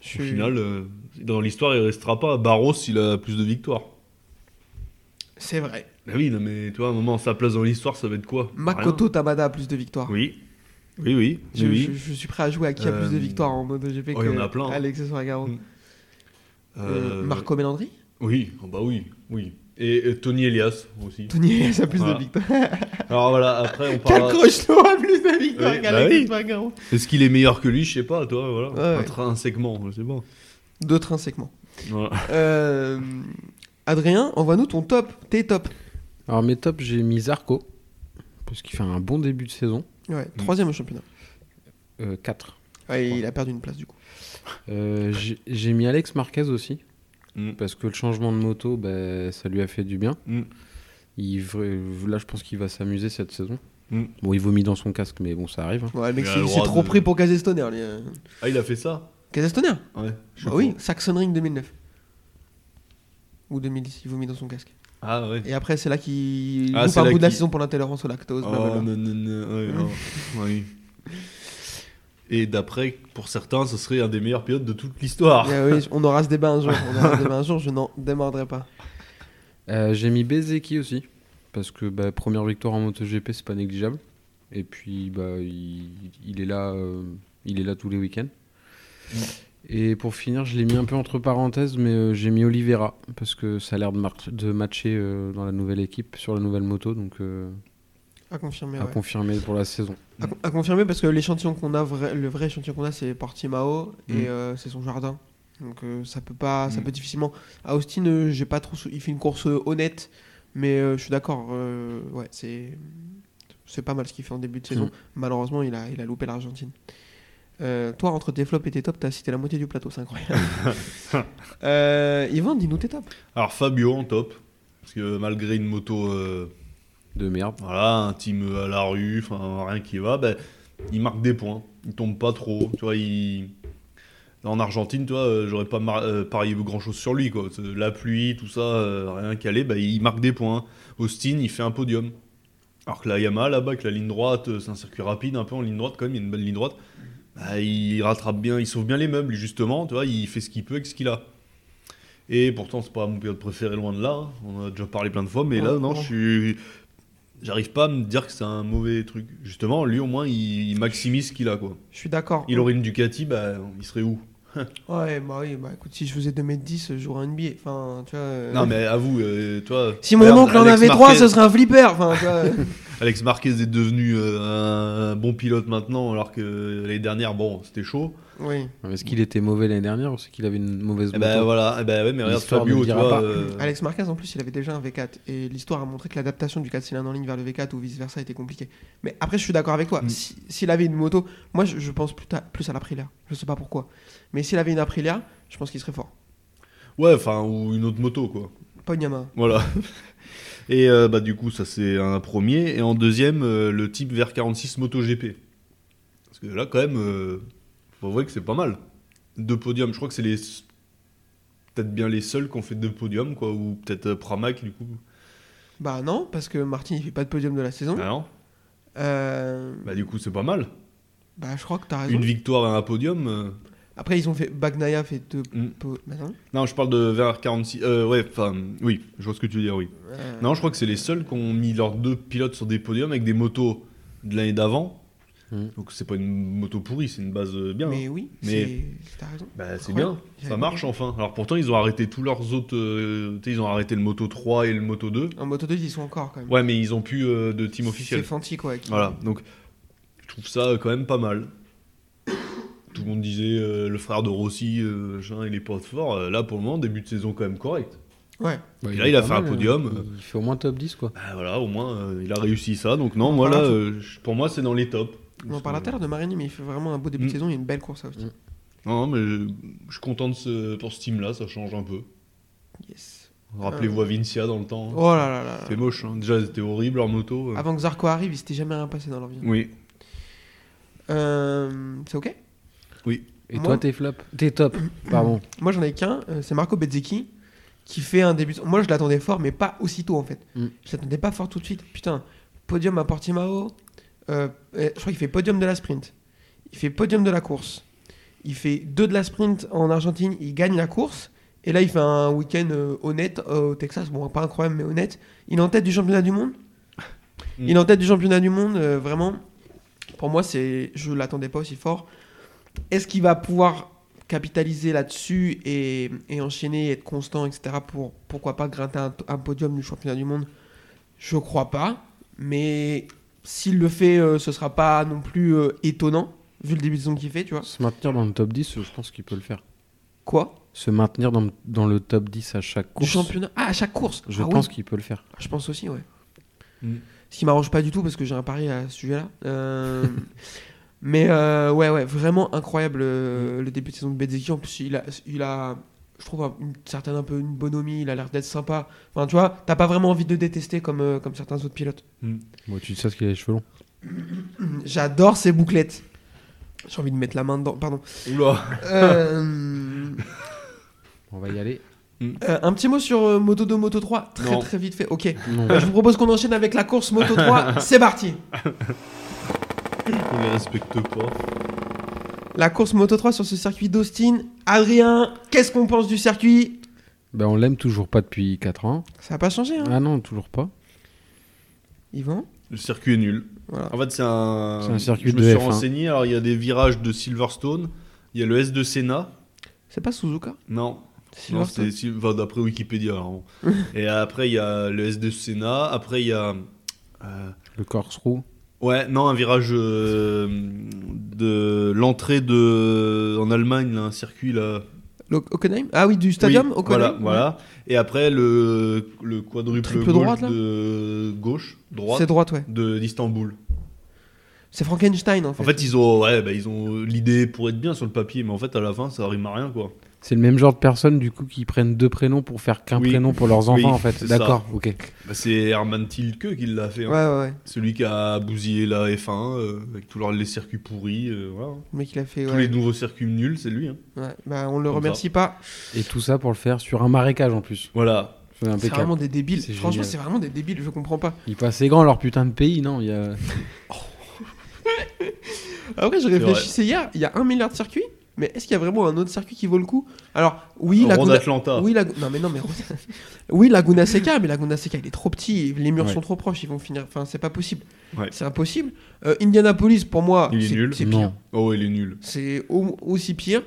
Speaker 1: Je
Speaker 2: Au
Speaker 1: suis-
Speaker 2: final, euh, dans l'histoire, il restera pas. Barros, il a plus de victoires.
Speaker 1: C'est vrai.
Speaker 2: Bah oui, non, mais tu vois, à un moment, sa place dans l'histoire, ça va être quoi
Speaker 1: Makoto Tabada a plus de victoires.
Speaker 2: Rien. Oui. Oui, oui.
Speaker 1: Je,
Speaker 2: oui,
Speaker 1: je-
Speaker 2: oui.
Speaker 1: je suis prêt à jouer à qui a
Speaker 2: Euh,
Speaker 1: plus de victoires en MotoGP
Speaker 2: oh,
Speaker 1: que
Speaker 2: il y en a plein.
Speaker 1: Alex Espargaro.
Speaker 2: Mm.
Speaker 1: Euh,
Speaker 2: Euh,
Speaker 1: Marco Melandri
Speaker 2: Oui, oh, bah oui, oui. Et, euh, Tony Elias aussi.
Speaker 1: Tony Elias a plus
Speaker 2: Voilà.
Speaker 1: de victoires.
Speaker 2: Alors voilà, après, on
Speaker 1: Cal
Speaker 2: parlera.
Speaker 1: Crochetto a plus de victoires
Speaker 2: Oui, bah
Speaker 1: qu'Alex
Speaker 2: oui.
Speaker 1: Espargaro.
Speaker 2: Est-ce qu'il est meilleur que lui Je sais pas, toi, voilà.
Speaker 1: Ouais, ouais.
Speaker 2: Intrinsèquement, je sais pas.
Speaker 1: D'autres inséquements.
Speaker 2: Voilà.
Speaker 1: Euh, Adrien, envoie-nous ton top, tes top.
Speaker 3: Alors mes tops, j'ai mis Zarco, parce qu'il fait un bon début de saison. Euh,
Speaker 1: Ouais,
Speaker 2: Mm.
Speaker 1: troisième au championnat.
Speaker 3: 4.
Speaker 1: Ouais, il a perdu une place du coup.
Speaker 3: Euh, j'ai j'ai mis Alex Marquez aussi,
Speaker 2: Mm.
Speaker 3: parce que le changement de moto, bah, ça lui a fait du bien.
Speaker 2: Mm.
Speaker 3: Il, vra- là, je pense qu'il va s'amuser cette saison.
Speaker 2: Mm.
Speaker 3: Bon, il vomit dans son casque, mais bon, ça arrive. hein.
Speaker 1: Ouais, le mec,
Speaker 2: Il a
Speaker 1: c'est
Speaker 2: le
Speaker 1: c'est
Speaker 2: droit
Speaker 1: trop
Speaker 2: de-
Speaker 1: pris pour Kazestoner. lui, euh.
Speaker 2: Ah, il a fait ça
Speaker 1: Kazestoner
Speaker 2: Ouais. je sais
Speaker 1: Bah
Speaker 2: pas.
Speaker 1: Oui, Saxon Ring 2009. Ou 2010, il vomit dans son casque.
Speaker 2: Ah, ouais.
Speaker 1: Et après, c'est là qu'il
Speaker 2: Ah,
Speaker 1: loupe
Speaker 2: c'est
Speaker 1: un
Speaker 2: là
Speaker 1: bout de la
Speaker 2: qu'il-
Speaker 1: saison pour l'intolérance au lactose.
Speaker 2: Oh,
Speaker 1: blablabla.
Speaker 2: non, non, non, ouais,
Speaker 1: Mm.
Speaker 2: oh, oui. Et d'après, pour certains, ce serait un des meilleurs pilotes de toute l'histoire.
Speaker 1: Eh oui, on aura ce débat un jour. On aura ce débat un jour, je n'en démordrai pas.
Speaker 3: Euh, j'ai mis Bezeki aussi, parce que bah, première victoire en MotoGP, c'est pas négligeable. Et puis, bah, il, il est là, euh, il est là tous les week-ends.
Speaker 2: Mm.
Speaker 3: Et pour finir, je l'ai mis un peu entre parenthèses, mais euh, j'ai mis Oliveira, parce que ça a l'air de, mar- de matcher euh, dans la nouvelle équipe, sur la nouvelle moto, donc euh,
Speaker 1: À confirmer.
Speaker 3: à
Speaker 1: Eh ouais.
Speaker 3: confirmer pour la saison.
Speaker 1: À, con- à confirmer parce que l'échantillon qu'on a, vrai- le vrai échantillon qu'on a, c'est Portimao et
Speaker 2: Mm.
Speaker 1: euh, c'est son jardin. Donc euh, ça peut pas, ça
Speaker 2: Mm.
Speaker 1: peut difficilement. À Austin, euh, j'ai pas trop. sou- Il fait une course euh, honnête, mais euh, je suis d'accord. euh, ouais, c'est c'est pas mal ce qu'il fait en début de saison.
Speaker 3: Mm.
Speaker 1: Malheureusement, il a, il a loupé l'Argentine. Euh, toi, entre tes flops et tes tops, t'as cité la moitié du plateau, c'est incroyable. Euh, Yvan, dis-nous tes tops.
Speaker 2: Alors, Fabio en top. Parce que malgré une moto, euh,
Speaker 3: De merde.
Speaker 2: voilà, un team à la rue, enfin, rien qui va, ben, il marque des points. Il tombe pas trop. Tu vois, il. En Argentine, tu vois, euh, j'aurais pas mar- euh, parié grand chose sur lui, quoi. C'est- La pluie, tout ça, euh, rien calé, bah, il marque des points. Austin, il fait un podium. Alors que la Yamaha, là-bas, avec la ligne droite, euh, c'est un circuit rapide, un peu en ligne droite, quand même, il y a une belle ligne droite. Bah, il rattrape bien, il sauve bien les meubles, justement, tu vois, il fait ce qu'il peut avec ce qu'il a. Et pourtant, c'est pas mon pilote préféré, loin de là. hein. On en a déjà parlé plein de fois, mais là,
Speaker 1: Ouais,
Speaker 2: non,
Speaker 1: ouais.
Speaker 2: je suis. J'arrive pas à me dire que c'est un mauvais truc. Justement, lui, au moins, il, il maximise ce qu'il a, quoi.
Speaker 1: Je suis d'accord.
Speaker 2: Il aurait une Ducati, bah, il serait où
Speaker 1: Ouais, bah oui, bah écoute, si je faisais 2m10, je jouerais à NBA. Enfin, tu vois. euh,
Speaker 2: Non, mais avoue, euh, toi.
Speaker 1: Si mon
Speaker 2: regarde,
Speaker 1: oncle en
Speaker 2: Alex
Speaker 1: avait trois,
Speaker 2: Marquez-
Speaker 1: ce serait un flipper. Enfin, tu vois.
Speaker 2: Alex Marquez est devenu euh, un bon pilote maintenant, alors que l'année dernière, bon, c'était chaud.
Speaker 1: oui.
Speaker 3: Est-ce qu'il était mauvais l'année dernière ou c'est qu'il avait une mauvaise
Speaker 2: Eh
Speaker 3: moto
Speaker 2: ben voilà, eh ben ouais, mais regarde
Speaker 3: L'histoire ne
Speaker 2: Fabio,
Speaker 3: le
Speaker 2: tu
Speaker 3: dira
Speaker 2: vois.
Speaker 3: pas.
Speaker 2: euh,
Speaker 1: Alex Marquez, en plus, il avait déjà un V4. Et l'histoire a montré que l'adaptation du 4 cylindres en ligne vers le V4 ou vice-versa était compliquée. Mais après, je suis d'accord avec toi.
Speaker 2: Mm.
Speaker 1: Si- S'il avait une moto, moi, je, je pense plus, ta- plus à l'Aprilia. Je sais pas pourquoi. Mais s'il avait une Aprilia, je pense qu'il serait fort.
Speaker 2: Ouais, enfin, ou une autre moto, quoi.
Speaker 1: Pas une Yamaha.
Speaker 2: Voilà. Et euh, bah, du coup, ça c'est un premier. Et en deuxième, euh, le type VR46 MotoGP. Parce que là, quand même, euh, faut avouer que c'est pas mal. deux podiums. Je crois que c'est les peut-être bien les seuls qui ont fait deux podiums, quoi. Ou peut-être euh, Pramac, du coup.
Speaker 1: Bah non, parce que Martin, il fait pas de podium de la saison.
Speaker 2: Ah non
Speaker 1: Euh,
Speaker 2: Bah, du coup, c'est pas mal.
Speaker 1: bah, je crois que t'as raison.
Speaker 2: Une victoire et un podium. euh,
Speaker 1: Après, ils ont fait. Bagnaia fait deux.
Speaker 2: Mm.
Speaker 1: po- bah non.
Speaker 2: Non, je parle de vers 46. Euh, ouais, enfin, oui, je vois ce que tu veux dire, oui.
Speaker 1: Euh,
Speaker 2: Non, je crois que c'est les seuls qui ont mis leurs deux pilotes sur des podiums avec des motos de l'année d'avant.
Speaker 3: Mm.
Speaker 2: Donc, c'est pas une moto pourrie, c'est une base euh, bien. hein.
Speaker 1: Mais oui,
Speaker 2: Mais-
Speaker 1: c'est- t'as raison.
Speaker 2: Bah, c'est
Speaker 1: Ouais,
Speaker 2: bien,
Speaker 1: j'avais
Speaker 2: ça
Speaker 1: pas
Speaker 2: marche
Speaker 1: compris.
Speaker 2: enfin. Alors pourtant, ils ont arrêté tous leurs autres. euh, tu sais, ils ont arrêté le Moto 3 et le Moto 2.
Speaker 1: En moto 2, ils y sont encore quand même.
Speaker 2: Ouais, mais ils ont plus euh, de team officiel.
Speaker 1: C'est Fanti quoi. qui-
Speaker 2: Voilà, donc je trouve ça euh, quand même pas mal. Tout le monde disait euh, le frère de Rossi, euh, machin, il est pas fort. Euh, là, pour le moment, début de saison quand même correct.
Speaker 1: Ouais.
Speaker 3: Bah,
Speaker 2: Et là, il a fait un podium.
Speaker 3: hein. Il fait au moins top 10, quoi.
Speaker 2: Bah voilà, au moins, euh, il a réussi ça. Donc non,
Speaker 1: On en
Speaker 2: moi là,
Speaker 1: parlera
Speaker 2: euh, je- pour moi, c'est dans les tops.
Speaker 1: On en parlera tout à l'heure de Marini, mais il fait vraiment un beau début de
Speaker 2: Mm.
Speaker 1: saison. Il y a une belle course à aussi.
Speaker 2: Non, non, mais je, je suis content de ce, pour ce team-là, ça change un peu.
Speaker 1: Yes.
Speaker 2: Rappelez-vous à Vincia dans le temps. hein.
Speaker 1: Euh. Oh là Ah là là.
Speaker 2: C'était moche, hein. déjà c'était horrible leur moto. euh.
Speaker 1: Avant que Zarco arrive, il s'était jamais rien passé dans leur vie.
Speaker 2: Oui.
Speaker 1: Euh, c'est ok
Speaker 3: Et
Speaker 1: Moi-
Speaker 3: toi, t'es flop T'es top, pardon.
Speaker 1: Moi j'en ai qu'un, euh, c'est Marco Bezzecchi qui fait un début. Moi je l'attendais fort, mais pas aussitôt en fait.
Speaker 3: Mm.
Speaker 1: Je l'attendais pas fort tout de suite. Putain, podium à Portimao. euh, euh, je crois qu'il fait podium de la sprint. Il fait podium de la course. Il fait deux de la sprint en Argentine. Il gagne la course. Et là, il fait un week-end euh, honnête euh, au Texas. Bon, pas incroyable, mais honnête. Il est en tête du championnat du monde.
Speaker 2: Mm.
Speaker 1: Il est en tête du championnat du monde. euh, vraiment, pour moi, c'est, je l'attendais pas aussi fort. Est-ce qu'il va pouvoir capitaliser là-dessus et, et enchaîner, être constant, etc. pour pourquoi pas grinter un, un podium du championnat du monde Je crois pas, mais s'il le fait, euh, ce sera pas non plus euh, étonnant vu le début de saison qu'il fait, tu vois.
Speaker 3: Se maintenir dans le top 10, je pense qu'il peut le faire.
Speaker 1: Quoi
Speaker 3: Se maintenir dans, dans le top 10 à chaque
Speaker 1: Du
Speaker 3: course,
Speaker 1: championnat Ah, à chaque course.
Speaker 3: je
Speaker 1: Ah oui.
Speaker 3: pense qu'il peut le faire.
Speaker 1: Je pense aussi, ouais.
Speaker 2: Mm.
Speaker 1: Ce qui m'arrange pas du tout parce que j'ai un pari à ce sujet-là. Euh, mais euh, ouais, ouais, vraiment incroyable euh,
Speaker 3: Mm.
Speaker 1: le début de saison de Bezzeki. En plus, il a, il a je trouve, un- une certaine un peu une bonhomie. Il a l'air d'être sympa. Enfin, tu vois, t'as pas vraiment envie de le détester comme, euh, comme certains autres pilotes.
Speaker 3: Moi, tu dis ça parce qu'il a les cheveux longs. Mm.
Speaker 1: J'adore ses bouclettes. J'ai envie de mettre la main dedans, pardon.
Speaker 2: Oula.
Speaker 1: Euh,
Speaker 3: On va y aller.
Speaker 1: euh, un petit mot sur euh, Moto 2, Moto 3, très
Speaker 2: Non.
Speaker 1: très vite fait. Ok.
Speaker 3: Non.
Speaker 1: Euh, je vous propose qu'on enchaîne avec la course Moto 3. C'est parti.
Speaker 2: On les respecte pas.
Speaker 1: La course Moto 3 sur ce circuit d'Austin. Adrien, qu'est-ce qu'on pense du circuit
Speaker 3: Ben, on l'aime toujours pas depuis 4 ans.
Speaker 1: Ça n'a pas changé, hein
Speaker 3: Ah non, toujours pas.
Speaker 1: Yvan
Speaker 2: Le circuit est nul.
Speaker 1: Voilà.
Speaker 2: En fait, c'est un.
Speaker 3: C'est un circuit
Speaker 2: Je
Speaker 3: de
Speaker 2: me suis
Speaker 3: F1.
Speaker 2: renseigné. Alors, il y a des virages de Silverstone. Il y a le S de Senna.
Speaker 1: C'est pas Suzuka
Speaker 2: Non. Non,
Speaker 1: Silverstone
Speaker 2: c'était Sil- enfin, d'après Wikipédia. alors, bon. Et après, il y a le S de Senna. Après, il y a. euh,
Speaker 3: Le Corse roux.
Speaker 2: Ouais, non, un virage euh, de l'entrée de en Allemagne, là, un circuit là.
Speaker 1: Le- Hockenheim Ah oui, du stadium
Speaker 2: Oui,
Speaker 1: Hockenheim
Speaker 2: Voilà,
Speaker 1: ouais.
Speaker 2: voilà. Et après le, le quadruple
Speaker 1: Triple
Speaker 2: gauche
Speaker 1: droite, là
Speaker 2: de gauche,
Speaker 1: C'est
Speaker 2: droite
Speaker 1: droite, ouais.
Speaker 2: de d'Istanbul.
Speaker 1: C'est Frankenstein, en fait.
Speaker 2: En fait, ils ont ouais, bah, ils ont l'idée pour être bien sur le papier, mais en fait à la fin, ça rime à rien quoi.
Speaker 3: C'est le même genre de personnes, du coup, qui prennent deux prénoms pour faire qu'un
Speaker 2: Oui.
Speaker 3: prénom pour leurs enfants,
Speaker 2: Oui,
Speaker 3: en fait.
Speaker 2: c'est ça.
Speaker 3: D'accord, ok.
Speaker 2: Bah, c'est Herman Tilke qui l'a fait, hein.
Speaker 1: Ouais, ouais, ouais.
Speaker 2: celui qui a bousillé la F1 euh, avec tous leurs- les circuits pourris, euh, voilà.
Speaker 1: Le mec, il a fait.
Speaker 2: tous
Speaker 1: ouais.
Speaker 2: les nouveaux circuits nuls, c'est lui. hein.
Speaker 1: Ouais. Bah, on le
Speaker 2: Comme
Speaker 1: remercie pas.
Speaker 3: Et tout ça pour le faire sur un marécage, en plus.
Speaker 2: Voilà.
Speaker 3: C'est
Speaker 1: C'est
Speaker 3: impeccable.
Speaker 1: vraiment des débiles.
Speaker 3: C'est
Speaker 1: Franchement,
Speaker 3: génial.
Speaker 1: c'est vraiment des débiles, je comprends pas.
Speaker 3: Ils passent les grands leur putain de pays, non il y a...
Speaker 1: Après, Ah je
Speaker 2: vrai.
Speaker 1: réfléchissais hier, il y a un milliard de circuits, mais est-ce qu'il y a vraiment un autre circuit qui vaut le coup Alors, oui, la
Speaker 2: Ronde
Speaker 1: Gouda-
Speaker 2: Atlanta.
Speaker 1: Oui, la... non, mais non, mais oui, Laguna Seca, mais Laguna Seca, il est trop petit, les murs
Speaker 3: Ouais.
Speaker 1: sont trop proches, ils vont finir. Enfin, c'est pas possible.
Speaker 2: Ouais.
Speaker 1: C'est impossible. Euh, Indianapolis, pour moi,
Speaker 2: Il est
Speaker 1: c'est
Speaker 2: nul.
Speaker 1: c'est
Speaker 3: Non.
Speaker 1: pire.
Speaker 2: Oh, il est nul.
Speaker 1: C'est au- aussi pire.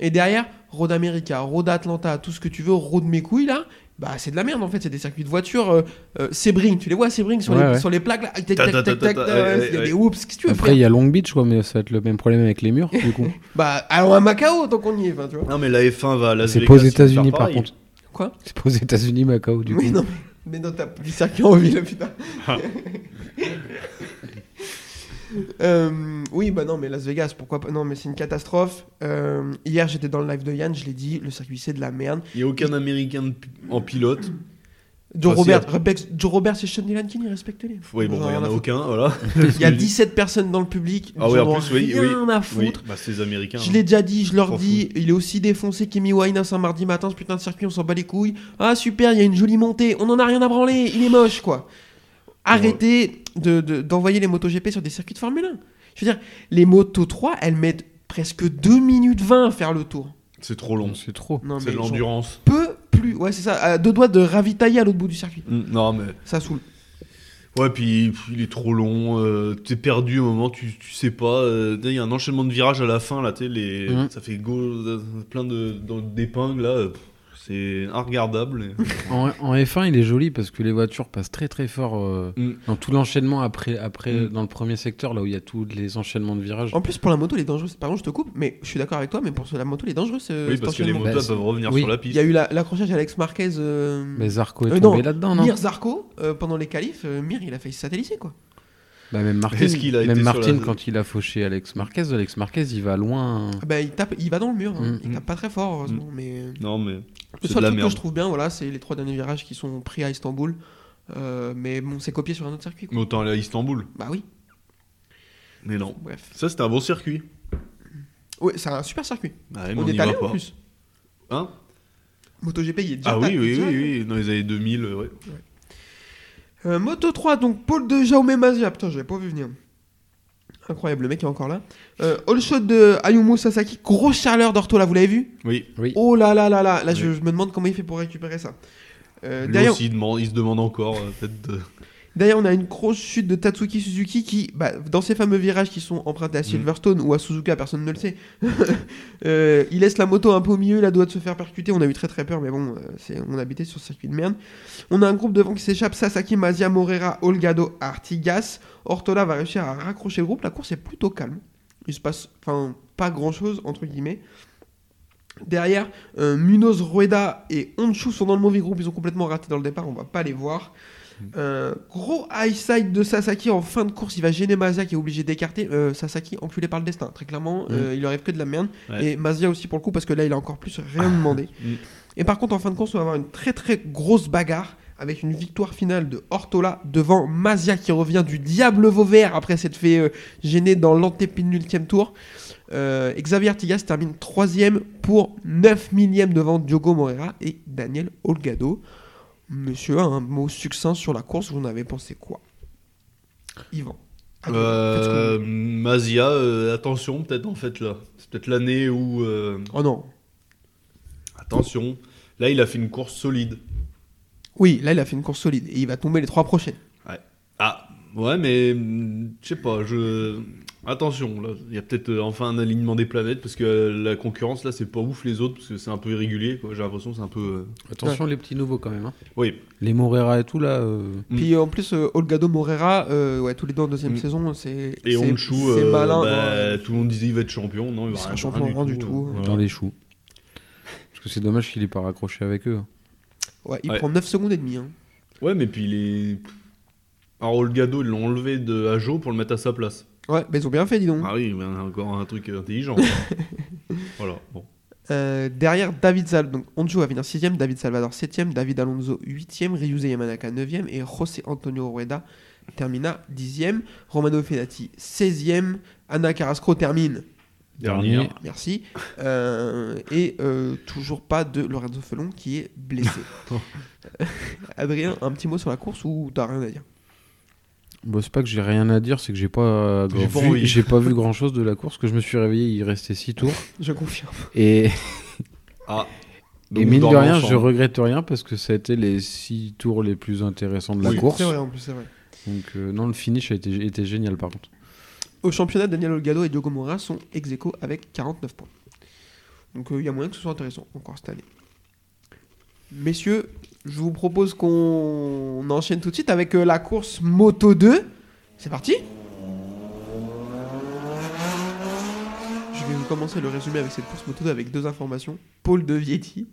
Speaker 1: Et derrière, Road America, Road Atlanta, tout ce que tu veux, Road mes couilles là, bah c'est de la merde en fait, c'est des circuits de voitures. Euh, euh, Sebring, tu les vois, Sebring sur,
Speaker 3: Ouais,
Speaker 1: les,
Speaker 3: ouais.
Speaker 1: sur les plaques là, tac, tac,
Speaker 2: Ta, ta,
Speaker 1: tac,
Speaker 2: ta,
Speaker 1: tac,
Speaker 2: ta, ta,
Speaker 1: euh,
Speaker 2: ouais,
Speaker 1: il y a
Speaker 2: ouais.
Speaker 1: des oups, qu'est-ce que tu veux
Speaker 3: Après, il
Speaker 1: faire
Speaker 3: y a Long Beach, quoi, mais ça va être le même problème avec les murs, du coup.
Speaker 1: Bah, allons à Macao tant qu'on y est, enfin, tu vois.
Speaker 2: Non, mais la F1 va à Las
Speaker 3: C'est
Speaker 2: Vegas.
Speaker 3: pas aux
Speaker 2: ils vont
Speaker 3: États-Unis,
Speaker 2: faire
Speaker 3: par
Speaker 2: pareil.
Speaker 3: contre.
Speaker 1: Quoi
Speaker 3: C'est pas aux États-Unis, Macao, du
Speaker 1: Oui,
Speaker 3: coup.
Speaker 1: non, mais, mais non, t'as plus circuit en ville, putain.
Speaker 2: Ah.
Speaker 1: Euh, oui, bah non, mais Las Vegas, pourquoi pas Non, mais c'est une catastrophe. Euh, hier, j'étais dans le live de Yann, je l'ai dit, le circuit c'est de la merde.
Speaker 2: Il n'y a aucun Américain de pi- en pilote.
Speaker 1: Joe,
Speaker 2: Ah, si,
Speaker 1: Robert,
Speaker 2: y
Speaker 1: Rebex- Joe Roberts et Sean Dylan Kenny, respectez-les.
Speaker 2: Oui,
Speaker 1: Ils en
Speaker 2: bon, bah, il
Speaker 1: ont
Speaker 2: n'y en
Speaker 1: rien
Speaker 2: a
Speaker 1: à foutre.
Speaker 2: aucun, voilà.
Speaker 1: Il y a 17 personnes dans le public. Ils
Speaker 2: Ah oui,
Speaker 1: en
Speaker 2: en
Speaker 1: ont
Speaker 2: plus, oui, oui.
Speaker 1: rien à
Speaker 2: Oui,
Speaker 1: foutre.
Speaker 2: bah, c'est les Américains.
Speaker 1: Je l'ai déjà dit, je leur
Speaker 2: S'en
Speaker 1: dis, il est aussi défoncé qu'Amy Winehouse un mardi matin, ce putain de circuit, on s'en bat les couilles. Ah super, il y a une jolie montée, on en a rien à branler, il est moche quoi. Arrêtez de- de- d'envoyer les motos GP sur des circuits de Formule 1. Je veux dire, les motos 3, elles mettent presque 2 minutes 20 à faire le tour.
Speaker 2: hein. C'est trop long.
Speaker 3: C'est trop.
Speaker 1: Non,
Speaker 2: C'est de
Speaker 1: ils sont
Speaker 2: l'endurance.
Speaker 1: Peu plus, ouais, c'est ça, à deux doigts de ravitailler à l'autre bout du circuit.
Speaker 2: Mm, Non, mais.
Speaker 1: Ça saoule.
Speaker 2: Ouais, puis pff, il est trop long. euh, t'es perdu au moment, tu, tu sais pas. euh, Il y a un enchaînement de virages à la fin, là, tu sais, les...
Speaker 3: Mhm.
Speaker 2: ça fait go, euh, plein de- dans- d'épingles, là. euh, pff, C'est inregardable.
Speaker 1: Euh,
Speaker 3: En, en F1, il est joli parce que les voitures passent très très fort euh,
Speaker 2: Mm.
Speaker 3: dans tout l'enchaînement après, après
Speaker 2: Mm.
Speaker 3: euh, dans le premier secteur, là où il y a tous les enchaînements de virages.
Speaker 1: En plus, pour la moto, elle est dangereuse. Pardon, je te coupe, mais je suis d'accord avec toi, mais pour la moto, elle est dangereuse. ce-
Speaker 2: oui,
Speaker 1: cet
Speaker 2: parce que les
Speaker 1: enchaînement.
Speaker 2: motos
Speaker 3: Bah,
Speaker 2: elles peuvent revenir
Speaker 3: oui.
Speaker 2: sur la
Speaker 1: Il
Speaker 2: piste.
Speaker 1: y a eu la- l'accrochage Alex Marquez. euh,
Speaker 3: Mais Zarco est
Speaker 1: Euh,
Speaker 3: tombé
Speaker 1: non.
Speaker 3: là-dedans, non
Speaker 1: Mir Zarco, euh, pendant les qualifs, euh, Mir, il a failli se satelliser, quoi.
Speaker 3: Bah, Même Martin,
Speaker 2: Est-ce qu'il a été
Speaker 3: même
Speaker 2: sur
Speaker 3: Martin
Speaker 2: la-
Speaker 3: quand il a fauché Alex Marquez, Alex Marquez, il va loin.
Speaker 1: Ah bah, il, tape, il va dans le mur, hein.
Speaker 3: Mm.
Speaker 1: il tape pas très fort, heureusement. Mais... euh,
Speaker 2: Non, mais.
Speaker 1: Le
Speaker 2: Mm. C'est
Speaker 1: seul
Speaker 2: de la
Speaker 1: truc que
Speaker 2: merde.
Speaker 1: je trouve bien, voilà, c'est les trois derniers virages qui sont pris à Istanbul. Euh, mais bon, c'est copié sur un autre circuit, quoi.
Speaker 2: Mais autant aller à Istanbul.
Speaker 1: Bah oui,
Speaker 2: Mais non.
Speaker 1: bref.
Speaker 2: Ça, c'était un bon circuit.
Speaker 1: Ouais, c'est un super circuit.
Speaker 2: Ouais, mais
Speaker 1: on,
Speaker 2: on n'y
Speaker 1: est
Speaker 2: va
Speaker 1: allé en
Speaker 2: pas.
Speaker 1: plus.
Speaker 2: Hein
Speaker 1: MotoGP, il est déjà
Speaker 2: ah
Speaker 1: pas-
Speaker 2: oui, oui,
Speaker 1: déjà-
Speaker 2: oui, oui, dans les années 2000, euh, ouais.
Speaker 1: Euh, Moto 3, donc Paul de Jaume Mazia. Putain, j'avais pas vu venir. Incroyable, le mec est encore là. Euh, all shot de Ayumu Sasaki. Grosse chaleur d'Orto, là, vous l'avez vu
Speaker 2: Oui.
Speaker 3: Oui.
Speaker 1: Oh là là là là, là je,
Speaker 2: Oui.
Speaker 1: je me demande comment il fait pour récupérer ça. Euh,
Speaker 2: Lui
Speaker 1: derrière,
Speaker 2: aussi, il, demande- il se demande encore, euh, peut-être. de-
Speaker 1: derrière, on a une grosse chute de Tatsuki Suzuki qui, bah, dans ces fameux virages qui sont empruntés à Silverstone ou à Suzuka, personne ne le sait, euh, il laisse la moto un peu au milieu, la doit de se faire percuter. On a eu très très peur, mais bon, euh, c'est, on habitait sur ce circuit de merde. On a un groupe devant qui s'échappe Sasaki, Mazia, Morera, Olgado, Artigas. Ortola va réussir à raccrocher le groupe. La course est plutôt calme. Il se passe enfin, pas grand chose, entre guillemets. Derrière, euh, Munoz, Rueda et Honshu sont dans le mauvais groupe. Ils ont complètement raté dans le départ, on va pas les voir. Euh, gros high side de Sasaki en fin de course. Il va gêner Mazia qui est obligé d'écarter. Euh, Sasaki, enculé par le destin, très clairement. euh, il lui arrive que de la merde.
Speaker 2: Ouais.
Speaker 1: Et Mazia aussi pour le coup, parce que là, il a encore plus rien demandé.
Speaker 2: Mm.
Speaker 1: Et par contre, en fin de course, on va avoir une très très grosse bagarre avec une victoire finale de Ortola devant Mazia qui revient du diable Vauvert après s'être fait euh, gêner dans l'antépénultième tour. Euh, Xavier Tigas termine troisième pour 9 millièmes devant Diogo Moreira et Daniel Olgado. Monsieur, un mot succinct sur la course, vous en avez pensé quoi Yvan. à toi, faites Ah ce que
Speaker 2: Euh,
Speaker 1: vous-
Speaker 2: Mazia, euh, attention, peut-être en fait là. C'est peut-être l'année où. euh,
Speaker 1: Oh non.
Speaker 2: attention. Là, il a fait une course solide.
Speaker 1: Oui, là il a fait une course solide et il va tomber les trois prochaines.
Speaker 2: Ah, ouais, mais. mm, Je sais pas, je. Attention, là. Il y a peut-être euh, enfin un alignement des planètes parce que euh, la concurrence là, c'est pas ouf les autres parce que c'est un peu irrégulier, quoi. J'ai l'impression que c'est un peu.
Speaker 1: Ah,
Speaker 2: euh,
Speaker 3: Attention les petits nouveaux quand même. hein.
Speaker 2: Oui,
Speaker 3: Les Morera et tout là. euh,
Speaker 2: Mm.
Speaker 1: Puis euh, en plus, euh, Olgado Morera, euh, ouais, tous les deux en deuxième
Speaker 2: Mm.
Speaker 1: saison, c'est
Speaker 2: et
Speaker 1: c'est-
Speaker 2: Honshu,
Speaker 1: c'est
Speaker 2: euh,
Speaker 1: malin.
Speaker 2: bah,
Speaker 1: ouais.
Speaker 2: tout le monde disait il va être champion. Non, il
Speaker 1: Il
Speaker 2: va
Speaker 1: sera
Speaker 2: rien, hein.
Speaker 1: champion, rien du tout. hein.
Speaker 2: Voilà.
Speaker 3: Dans les choux. Parce que c'est dommage qu'il n'ait pas raccroché avec eux. hein.
Speaker 1: Ouais, il
Speaker 2: Ouais.
Speaker 1: prend 9 secondes et demie. hein.
Speaker 2: Ouais, mais puis les. Harold Gado, ils l'ont enlevé de Ajo pour le mettre à sa place.
Speaker 1: Ouais, mais ils ont bien fait, dis donc.
Speaker 2: Ah oui, mais encore un truc intelligent. voilà, bon.
Speaker 1: Euh, derrière David Zal, donc Onjo va venir 6ème, David Salvador 7ème, David Alonso 8ème, Ryuze Yamanaka 9ème et José Antonio Rueda termina 10ème, Romano Fenati 16ème, Anna Carrasco termine,
Speaker 2: Dernier.
Speaker 1: merci, Euh, et euh, toujours pas de Lorenzo Felon qui est blessé. Adrien, un petit mot sur la course ou t'as rien à dire
Speaker 3: Bon, c'est pas que j'ai rien à dire, c'est que j'ai pas, euh,
Speaker 2: J'ai pas
Speaker 3: vu-
Speaker 2: envie.
Speaker 3: j'ai pas vu grand chose de la course. Que je me suis réveillé, il restait 6 tours.
Speaker 1: Je confirme.
Speaker 3: Et,
Speaker 2: Ah.
Speaker 3: et mine de rien, je regrette rien parce que ça a été les 6 tours les plus intéressants de la
Speaker 2: Oui,
Speaker 3: course.
Speaker 1: C'est vrai en plus, c'est vrai.
Speaker 3: Donc, euh, non, le finish a été, était génial par contre.
Speaker 1: Au championnat, Daniel Olgado et Diogo Moreira sont ex aequo avec 49 points. Donc euh, il y a moyen que ce soit intéressant encore cette année. Messieurs, je vous propose qu'on enchaîne tout de suite avec euh, la course Moto 2. C'est parti Je vais vous commencer le résumé avec cette course Moto 2 avec deux informations. Paul de Vietti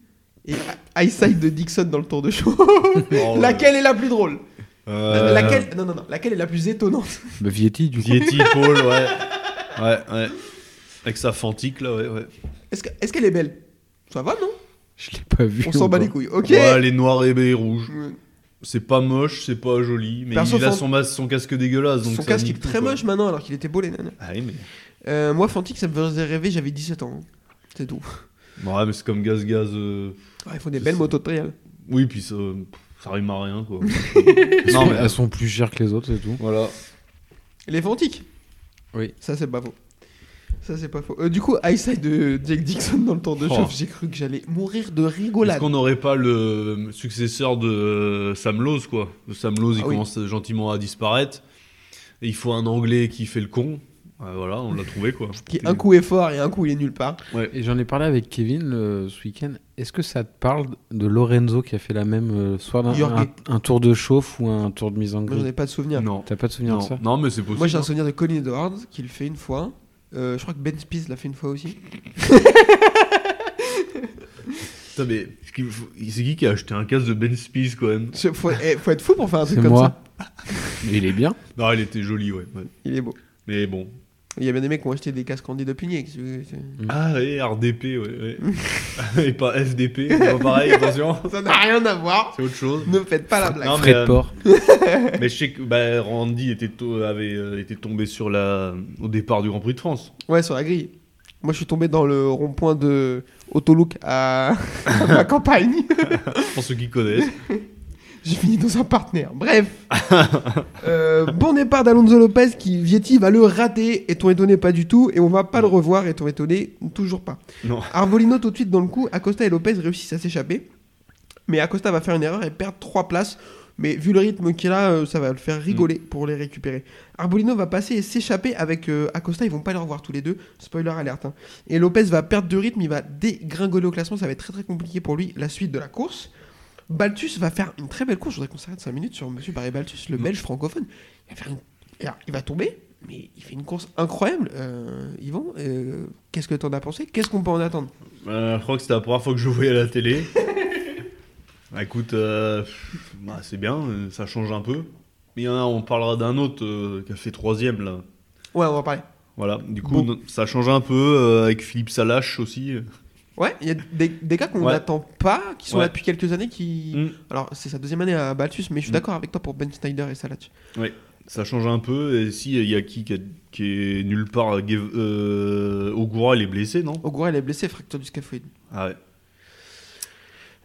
Speaker 1: et Eyesight de Dixon dans le tour de show.
Speaker 3: Oh
Speaker 2: Oh
Speaker 1: laquelle est la plus drôle
Speaker 3: Euh.
Speaker 2: Euh,
Speaker 1: Laquelle Non, non, non. Laquelle est la plus étonnante
Speaker 3: Bah, Vietti, du coup.
Speaker 2: Yeti Paul, ouais. Ouais, ouais. Avec sa fantique, là, ouais, ouais.
Speaker 1: Est-ce que- est-ce qu'elle est belle Ça va, non
Speaker 3: Je l'ai pas vu.
Speaker 1: On s'en bat
Speaker 3: encore.
Speaker 1: les couilles, ok
Speaker 2: Ouais, les noirs et les rouges.
Speaker 1: Euh,
Speaker 2: C'est pas moche, c'est pas joli, mais
Speaker 1: Perso,
Speaker 2: il a
Speaker 1: Fant-
Speaker 2: son, masque, son casque dégueulasse. Donc
Speaker 1: Son
Speaker 2: ça
Speaker 1: casque
Speaker 2: nique
Speaker 1: est
Speaker 2: tout,
Speaker 1: très
Speaker 2: quoi.
Speaker 1: moche maintenant alors qu'il était beau les nanas.
Speaker 2: Ah oui, mais...
Speaker 1: Euh, moi Fantique ça me faisait rêver, j'avais 17 ans. C'est tout.
Speaker 2: Ouais, mais c'est comme Gaz Gaz. euh,
Speaker 1: Ah, ils font des
Speaker 2: C'est
Speaker 1: belles
Speaker 2: ça.
Speaker 1: motos de trial.
Speaker 2: Oui, puis ça, ça rime à rien, quoi.
Speaker 3: Non,
Speaker 2: non, mais
Speaker 3: elles sont plus chères que les autres, c'est tout.
Speaker 2: voilà.
Speaker 1: Les Fantiques
Speaker 3: Oui.
Speaker 1: Ça c'est pas faux. Ça c'est pas faux. Euh, du coup, Eyesight de Jack Dixon dans le temps de
Speaker 2: Oh.
Speaker 1: chauffe, j'ai cru que j'allais mourir de
Speaker 2: Est-ce
Speaker 1: rigolade.
Speaker 2: qu'on n'aurait pas le successeur de euh, Sam Lowe, quoi Sam Lowe, il
Speaker 1: Ah oui.
Speaker 2: commence gentiment à disparaître. Et il faut un Anglais qui fait le con. Ouais, voilà, on l'a trouvé, quoi.
Speaker 1: Qui un coup est fort et un coup il est nulle part.
Speaker 3: Et j'en ai parlé avec Kevin le- ce week-end. Est-ce que ça te parle de Lorenzo qui a fait la même, euh, soit un,
Speaker 1: Jorge.
Speaker 3: un- un tour de chauffe ou un tour de mise en
Speaker 1: Moi j'en ai
Speaker 3: grille
Speaker 1: pas de souvenir.
Speaker 2: Non.
Speaker 3: T'as pas de souvenir de
Speaker 2: Non.
Speaker 3: ça
Speaker 2: non, mais c'est possible.
Speaker 1: Moi j'ai un souvenir de Colin Edwards qui le fait une fois. Euh, je crois que Ben Spies l'a fait une fois aussi.
Speaker 2: Putain, mais ce qu'il faut- c'est qui qui a acheté un casque de Ben Spies, quand même
Speaker 1: Je- Faut, eh, faut être fou pour faire un
Speaker 3: C'est
Speaker 1: truc comme
Speaker 3: moi.
Speaker 1: ça.
Speaker 3: Mais il est bien.
Speaker 2: Non, il était joli, ouais. ouais.
Speaker 1: Il est beau.
Speaker 2: Mais bon.
Speaker 1: Il y a bien des mecs qui ont acheté des casques Andy de Pigné. qu'est-ce que c'est-
Speaker 2: Ah, ouais, RDP, ouais. ouais. Et pas FDP, c'est pas pareil, attention.
Speaker 1: Ça n'a rien à voir.
Speaker 2: C'est autre chose.
Speaker 1: Ne faites pas la blague.
Speaker 2: Non, mais,
Speaker 3: Frais
Speaker 2: euh,
Speaker 3: de port.
Speaker 2: Mais je sais que bah, Randy était, to- avait euh, était tombé sur la, au départ du Grand Prix de France.
Speaker 1: Ouais, sur la grille. Moi, je suis tombé dans le rond-point de Autolook à, à ma campagne.
Speaker 2: Pour ceux qui connaissent.
Speaker 1: J'ai fini dans un partenaire. Bref. Euh, bon départ d'Alonso Lopez qui, Vietti va le rater. Et ton étonné, pas du tout. Et on va pas le revoir. Et ton étonné, toujours pas.
Speaker 2: Non.
Speaker 1: Arbolino, tout de suite dans le coup. Acosta et Lopez réussissent à s'échapper. Mais Acosta va faire une erreur et perdre 3 places. Mais vu le rythme qu'il a, euh, ça va le faire rigoler pour les récupérer. Arbolino va passer et s'échapper avec euh, Acosta. Ils vont pas les revoir tous les deux. Spoiler alerte. hein. Et Lopez va perdre de rythme. Il va dégringoler au classement. Ça va être très très compliqué pour lui la suite de la course. Baltus va faire une très belle course. Je voudrais qu'on s'arrête 5 minutes sur Monsieur Barry Baltus, le
Speaker 2: Mm.
Speaker 1: belge francophone. Il va, faire une- et alors, il va tomber, mais il fait une course incroyable. Euh, Yvon, euh, qu'est-ce que t'en as pensé Qu'est-ce qu'on peut en attendre
Speaker 2: Euh, je crois que c'était la première fois que je le voyais à la télé. Bah, écoute, euh, pff, bah, c'est bien, euh, ça change un peu. Mais il y en a, on parlera d'un autre euh, qui a fait troisième là.
Speaker 1: Ouais, on va parler.
Speaker 2: Voilà, du coup,
Speaker 1: Bon.
Speaker 2: no- ça change un peu euh, avec Philippe Salache aussi.
Speaker 1: Ouais, il y a des, des gars qu'on
Speaker 2: Ouais.
Speaker 1: n'attend pas, qui sont là
Speaker 2: Ouais.
Speaker 1: depuis quelques années, qui.
Speaker 2: Mm.
Speaker 1: Alors, c'est sa deuxième année à Baltus, mais je suis
Speaker 2: Mm.
Speaker 1: d'accord avec toi pour Ben Snyder et Salah.
Speaker 2: Ça change un peu. Et si, il y a qui qui, a- qui est nulle part Gev- euh, Ogura, il est blessé, non
Speaker 1: Ogura, il est blessé, fracture du scaphoïde.
Speaker 2: Ah ouais.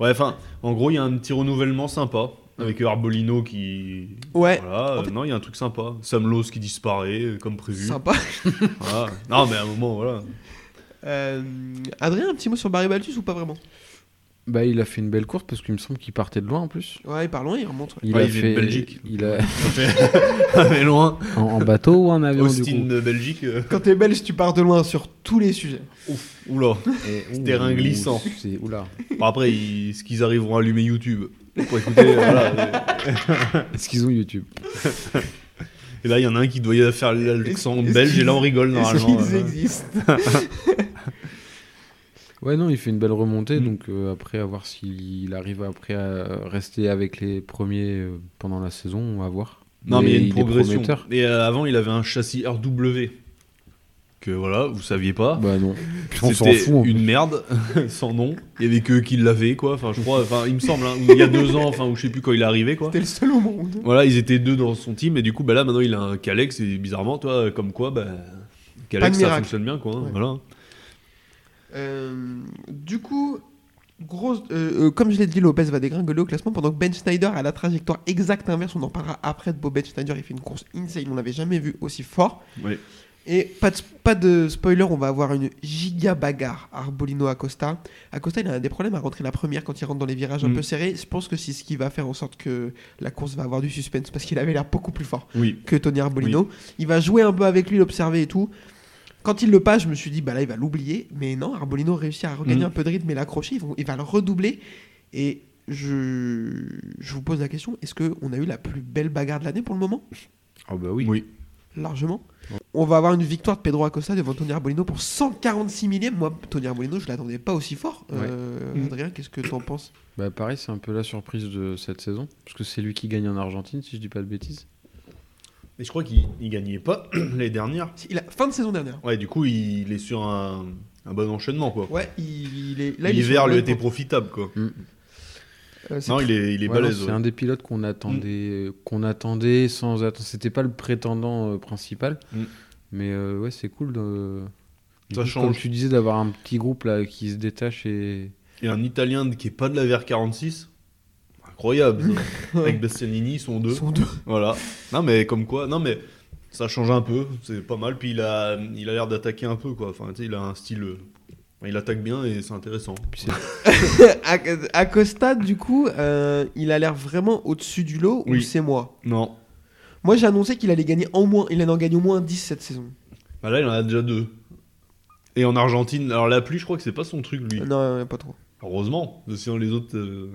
Speaker 2: Ouais, enfin, en gros, il y a un petit renouvellement sympa. Avec Arbolino qui.
Speaker 1: Ouais,
Speaker 2: Voilà,
Speaker 1: en
Speaker 2: euh,
Speaker 1: fait-
Speaker 2: non, il y a un truc sympa. Sam Lowe qui disparaît, euh, comme prévu.
Speaker 1: sympa.
Speaker 2: Voilà. Non, mais à un moment, voilà.
Speaker 1: Euh, Adrien, un petit mot sur Barry Baltus ou pas vraiment
Speaker 3: Bah, il a fait une belle course parce qu'il me semble qu'il partait de loin en plus.
Speaker 1: Ouais, il part loin, il remonte. ouais.
Speaker 3: Il
Speaker 2: Ouais,
Speaker 3: a
Speaker 2: il vient de
Speaker 3: fait
Speaker 2: Belgique.
Speaker 3: Il a
Speaker 2: Ça fait- ça fait loin.
Speaker 3: en, en bateau ou en avion Ah, du
Speaker 2: Austin,
Speaker 3: coup.
Speaker 2: euh, Belgique. euh,
Speaker 1: Quand t'es belge, tu pars de loin sur tous les sujets.
Speaker 2: Ouf, oula.
Speaker 3: Ouh,
Speaker 2: terrain glissant.
Speaker 3: c'est- Oula.
Speaker 2: Bon, après, ils- ce qu'ils arriveront à allumer YouTube. Pour écouter, euh, voilà. mais-
Speaker 3: Est-ce qu'ils ont YouTube
Speaker 2: Et là, il y en a un qui doit faire l'accent
Speaker 1: Est-ce
Speaker 2: belge,
Speaker 1: qu'ils-
Speaker 2: et là, on rigole normalement.
Speaker 1: Ils
Speaker 2: euh.
Speaker 1: existent.
Speaker 3: Ouais, non, il fait une belle remontée,
Speaker 2: Mm.
Speaker 3: donc euh, après, à voir s'il arrive après à rester avec les premiers euh, pendant la saison, on va voir.
Speaker 2: Non, mais il y a une
Speaker 3: est
Speaker 2: progression.
Speaker 3: prometteur.
Speaker 2: Et euh, avant, il avait un châssis RW. Que voilà, vous saviez pas.
Speaker 3: Bah non, on s'en
Speaker 2: Ah. C'était
Speaker 3: fout. hein. en
Speaker 2: une merde, sans nom. Il y avait que eux qui l'avaient, quoi. Enfin, je crois, enfin, il me semble, hein, ou il y a deux ans, enfin, ou je sais plus quand il est arrivé, quoi.
Speaker 1: T'es le seul au monde.
Speaker 2: Voilà, ils étaient deux dans son team, et du coup, bah là, maintenant, il a un Calex, et bizarrement, toi, comme quoi, bah,
Speaker 1: Pas de
Speaker 2: Calex, ça
Speaker 1: miracle.
Speaker 2: fonctionne bien, quoi. hein,
Speaker 1: Ouais.
Speaker 2: Voilà.
Speaker 1: Euh, du coup, grosse, euh, euh, comme je l'ai dit, Lopez va dégringoler au classement pendant que Ben Snyder a la trajectoire exacte inverse. On en parlera après de Bob Ben Snyder. Il fait une course insane. On l'avait jamais vu aussi fort.
Speaker 2: Ouais.
Speaker 1: Et pas de, pas de spoiler, on va avoir une giga bagarre Arbolino Acosta. Acosta, il a des problèmes à rentrer la première quand il rentre dans les virages un
Speaker 2: Mm.
Speaker 1: peu serrés. Je pense que c'est ce qui va faire en sorte que la course va avoir du suspense parce qu'il avait l'air beaucoup plus fort
Speaker 2: Oui.
Speaker 1: que Tony Arbolino. Il va jouer un peu avec lui, l'observer et tout. Quand il le passe, je me suis dit, bah là, il va l'oublier. Mais non, Arbolino réussit à regagner
Speaker 2: Mhm.
Speaker 1: un peu de rythme et l'accrocher. Ils vont- Il va le redoubler. Et je, je vous pose la question est-ce qu'on a eu la plus belle bagarre de l'année pour le moment
Speaker 3: Ah bah oui.
Speaker 2: Oui.
Speaker 1: Largement. On va avoir une victoire de Pedro Acosta devant Tony Arbolino pour 146 millièmes. Moi, Tony Arbolino, je l'attendais pas aussi fort. Euh,
Speaker 2: Mhm.
Speaker 1: Adrien, qu'est-ce que t'en penses
Speaker 3: Bah pareil, c'est un peu la surprise de cette saison, parce que c'est lui qui gagne en Argentine, si je dis pas de bêtises.
Speaker 2: Et je crois qu'il il gagnait pas les dernières.
Speaker 1: il a, Fin de saison dernière.
Speaker 2: Ouais, du coup, il, il est sur un, un bon enchaînement, quoi.
Speaker 1: Ouais, il, est. là, il est sur
Speaker 2: L'hiver
Speaker 1: un
Speaker 2: lui
Speaker 1: bon
Speaker 2: était
Speaker 1: point.
Speaker 2: profitable, quoi.
Speaker 1: Euh, c'est
Speaker 2: Non,
Speaker 1: tr-
Speaker 2: il est, il est
Speaker 3: Ouais, non,
Speaker 2: balèze.
Speaker 3: C'est
Speaker 2: ouais. Mm.
Speaker 3: un des pilotes qu'on attendait, euh, qu'on attendait sans attendre. C'était pas le prétendant euh, principal,
Speaker 2: Mm.
Speaker 3: mais euh, ouais, c'est cool. De... du
Speaker 2: Ça
Speaker 3: coup,
Speaker 2: change.
Speaker 3: Comme tu disais, d'avoir un petit groupe là qui se détache et
Speaker 2: Et un Italien qui est pas de la VR46. Incroyable. ça. Avec Bastianini, ils sont deux.
Speaker 1: Ils sont deux.
Speaker 2: Voilà. Non, mais comme quoi, non, mais ça change un peu, c'est pas mal. Puis il a il a l'air d'attaquer un peu, quoi. Enfin, tu sais, il a un style. euh, Il attaque bien et c'est intéressant.
Speaker 3: puis c'est-
Speaker 1: Ac- Acosta, du coup, euh, il a l'air vraiment au-dessus du lot ou
Speaker 2: Oui.
Speaker 1: c'est moi
Speaker 2: Non.
Speaker 1: Moi, j'ai annoncé qu'il allait gagner en moins. Il en gagne au moins 10 cette saison.
Speaker 2: Bah là, il en a déjà deux. Et en Argentine, alors la pluie, je crois que c'est pas son truc, lui.
Speaker 1: Euh, Non, euh, pas trop.
Speaker 2: Heureusement, parce que sinon les autres. euh,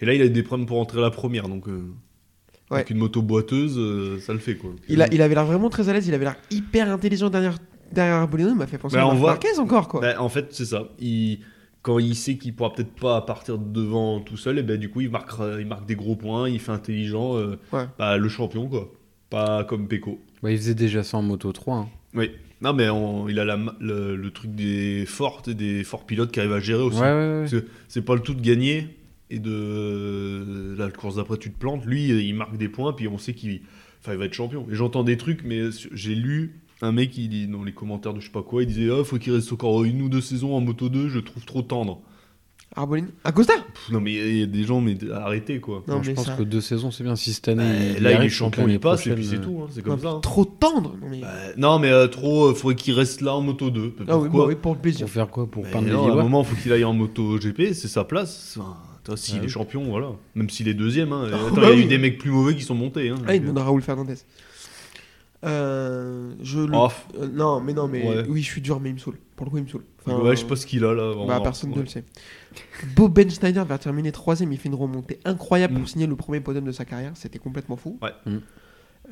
Speaker 2: Et là, il a eu des problèmes pour rentrer à la première, donc. euh,
Speaker 1: Ouais.
Speaker 2: Avec une moto boiteuse, euh, ça le fait, quoi.
Speaker 1: Il, a, il avait l'air vraiment très à l'aise. Il avait l'air hyper intelligent derrière, derrière Arbolino. Il m'a fait penser
Speaker 2: Bah,
Speaker 1: à
Speaker 2: on
Speaker 1: Marc
Speaker 2: voit-
Speaker 1: Marquez encore, quoi.
Speaker 2: Bah, en fait, c'est ça. Il... Quand il sait qu'il pourra peut-être pas partir devant tout seul, et ben du coup, il marque, il marque des gros points, il fait intelligent. euh,
Speaker 1: Ouais.
Speaker 2: bah, le champion, quoi. Pas comme Peko.
Speaker 3: bah, il faisait déjà ça en moto 3. hein.
Speaker 2: Oui. Non, mais on- il a la ma- le, le truc des fortes et des forts pilotes qui arrivent à gérer
Speaker 3: Ouais,
Speaker 2: aussi.
Speaker 3: ouais, ouais.
Speaker 2: C'est- C'est pas le tout de gagner et de la course d'après tu te plantes. Lui, euh, il marque des points puis on sait qu'il enfin, il va être champion. Et j'entends des trucs, mais sur- j'ai lu un mec qui dit dans les commentaires de je sais pas quoi, il disait oh, faut qu'il reste encore une ou deux saisons en moto 2, je le trouve trop tendre.
Speaker 1: Arbolino Acosta
Speaker 2: Pff, non mais il y a des gens mais arrêtez quoi.
Speaker 1: Non,
Speaker 3: Bon, je
Speaker 1: mais
Speaker 3: pense
Speaker 1: ça-
Speaker 3: que deux saisons, c'est bien. Si cette année,
Speaker 2: Euh,
Speaker 3: il
Speaker 2: là il est
Speaker 3: arrive,
Speaker 2: champion,
Speaker 3: l'année
Speaker 2: il passe et puis
Speaker 3: prochaine,
Speaker 2: c'est
Speaker 3: euh,
Speaker 2: tout, hein, c'est comme
Speaker 1: Non,
Speaker 2: ça. hein.
Speaker 1: Trop tendre. Non, mais-
Speaker 2: Euh, non mais euh, trop, il faudrait qu'il reste là en moto 2.
Speaker 1: ah oui, bah
Speaker 2: Pourquoi
Speaker 1: oui, pour le plaisir.
Speaker 3: Pour faire quoi Pour
Speaker 2: Mais
Speaker 3: peindre des
Speaker 2: non, à un
Speaker 3: Iowa
Speaker 2: moment, faut qu'il aille en moto GP, c'est sa place. Enfin, toi, s'il
Speaker 3: Ah
Speaker 2: est
Speaker 3: oui.
Speaker 2: champion, voilà. Même s'il est deuxième, hein. Et
Speaker 1: Oh,
Speaker 2: attends, il
Speaker 1: bah
Speaker 2: y a
Speaker 1: oui.
Speaker 2: eu des mecs plus mauvais qui sont montés. Hein,
Speaker 1: Ah, il
Speaker 2: Donc,
Speaker 1: demande à Raoul Fernandez. Euh, je le-
Speaker 2: euh, off.
Speaker 1: euh, non, mais non, mais
Speaker 2: Ouais.
Speaker 1: oui, je suis dur, mais il me saoule. Pour le coup, il me saoule. Enfin,
Speaker 2: ouais, je sais pas ce qu'il a là. vraiment.
Speaker 1: bah, personne ne
Speaker 2: Ouais.
Speaker 1: le sait. Bob Ben Schneider va terminer troisième. Il fait une remontée incroyable
Speaker 2: Mm.
Speaker 1: pour signer le premier podium de sa carrière. C'était complètement fou.
Speaker 2: Ouais.
Speaker 3: Mm.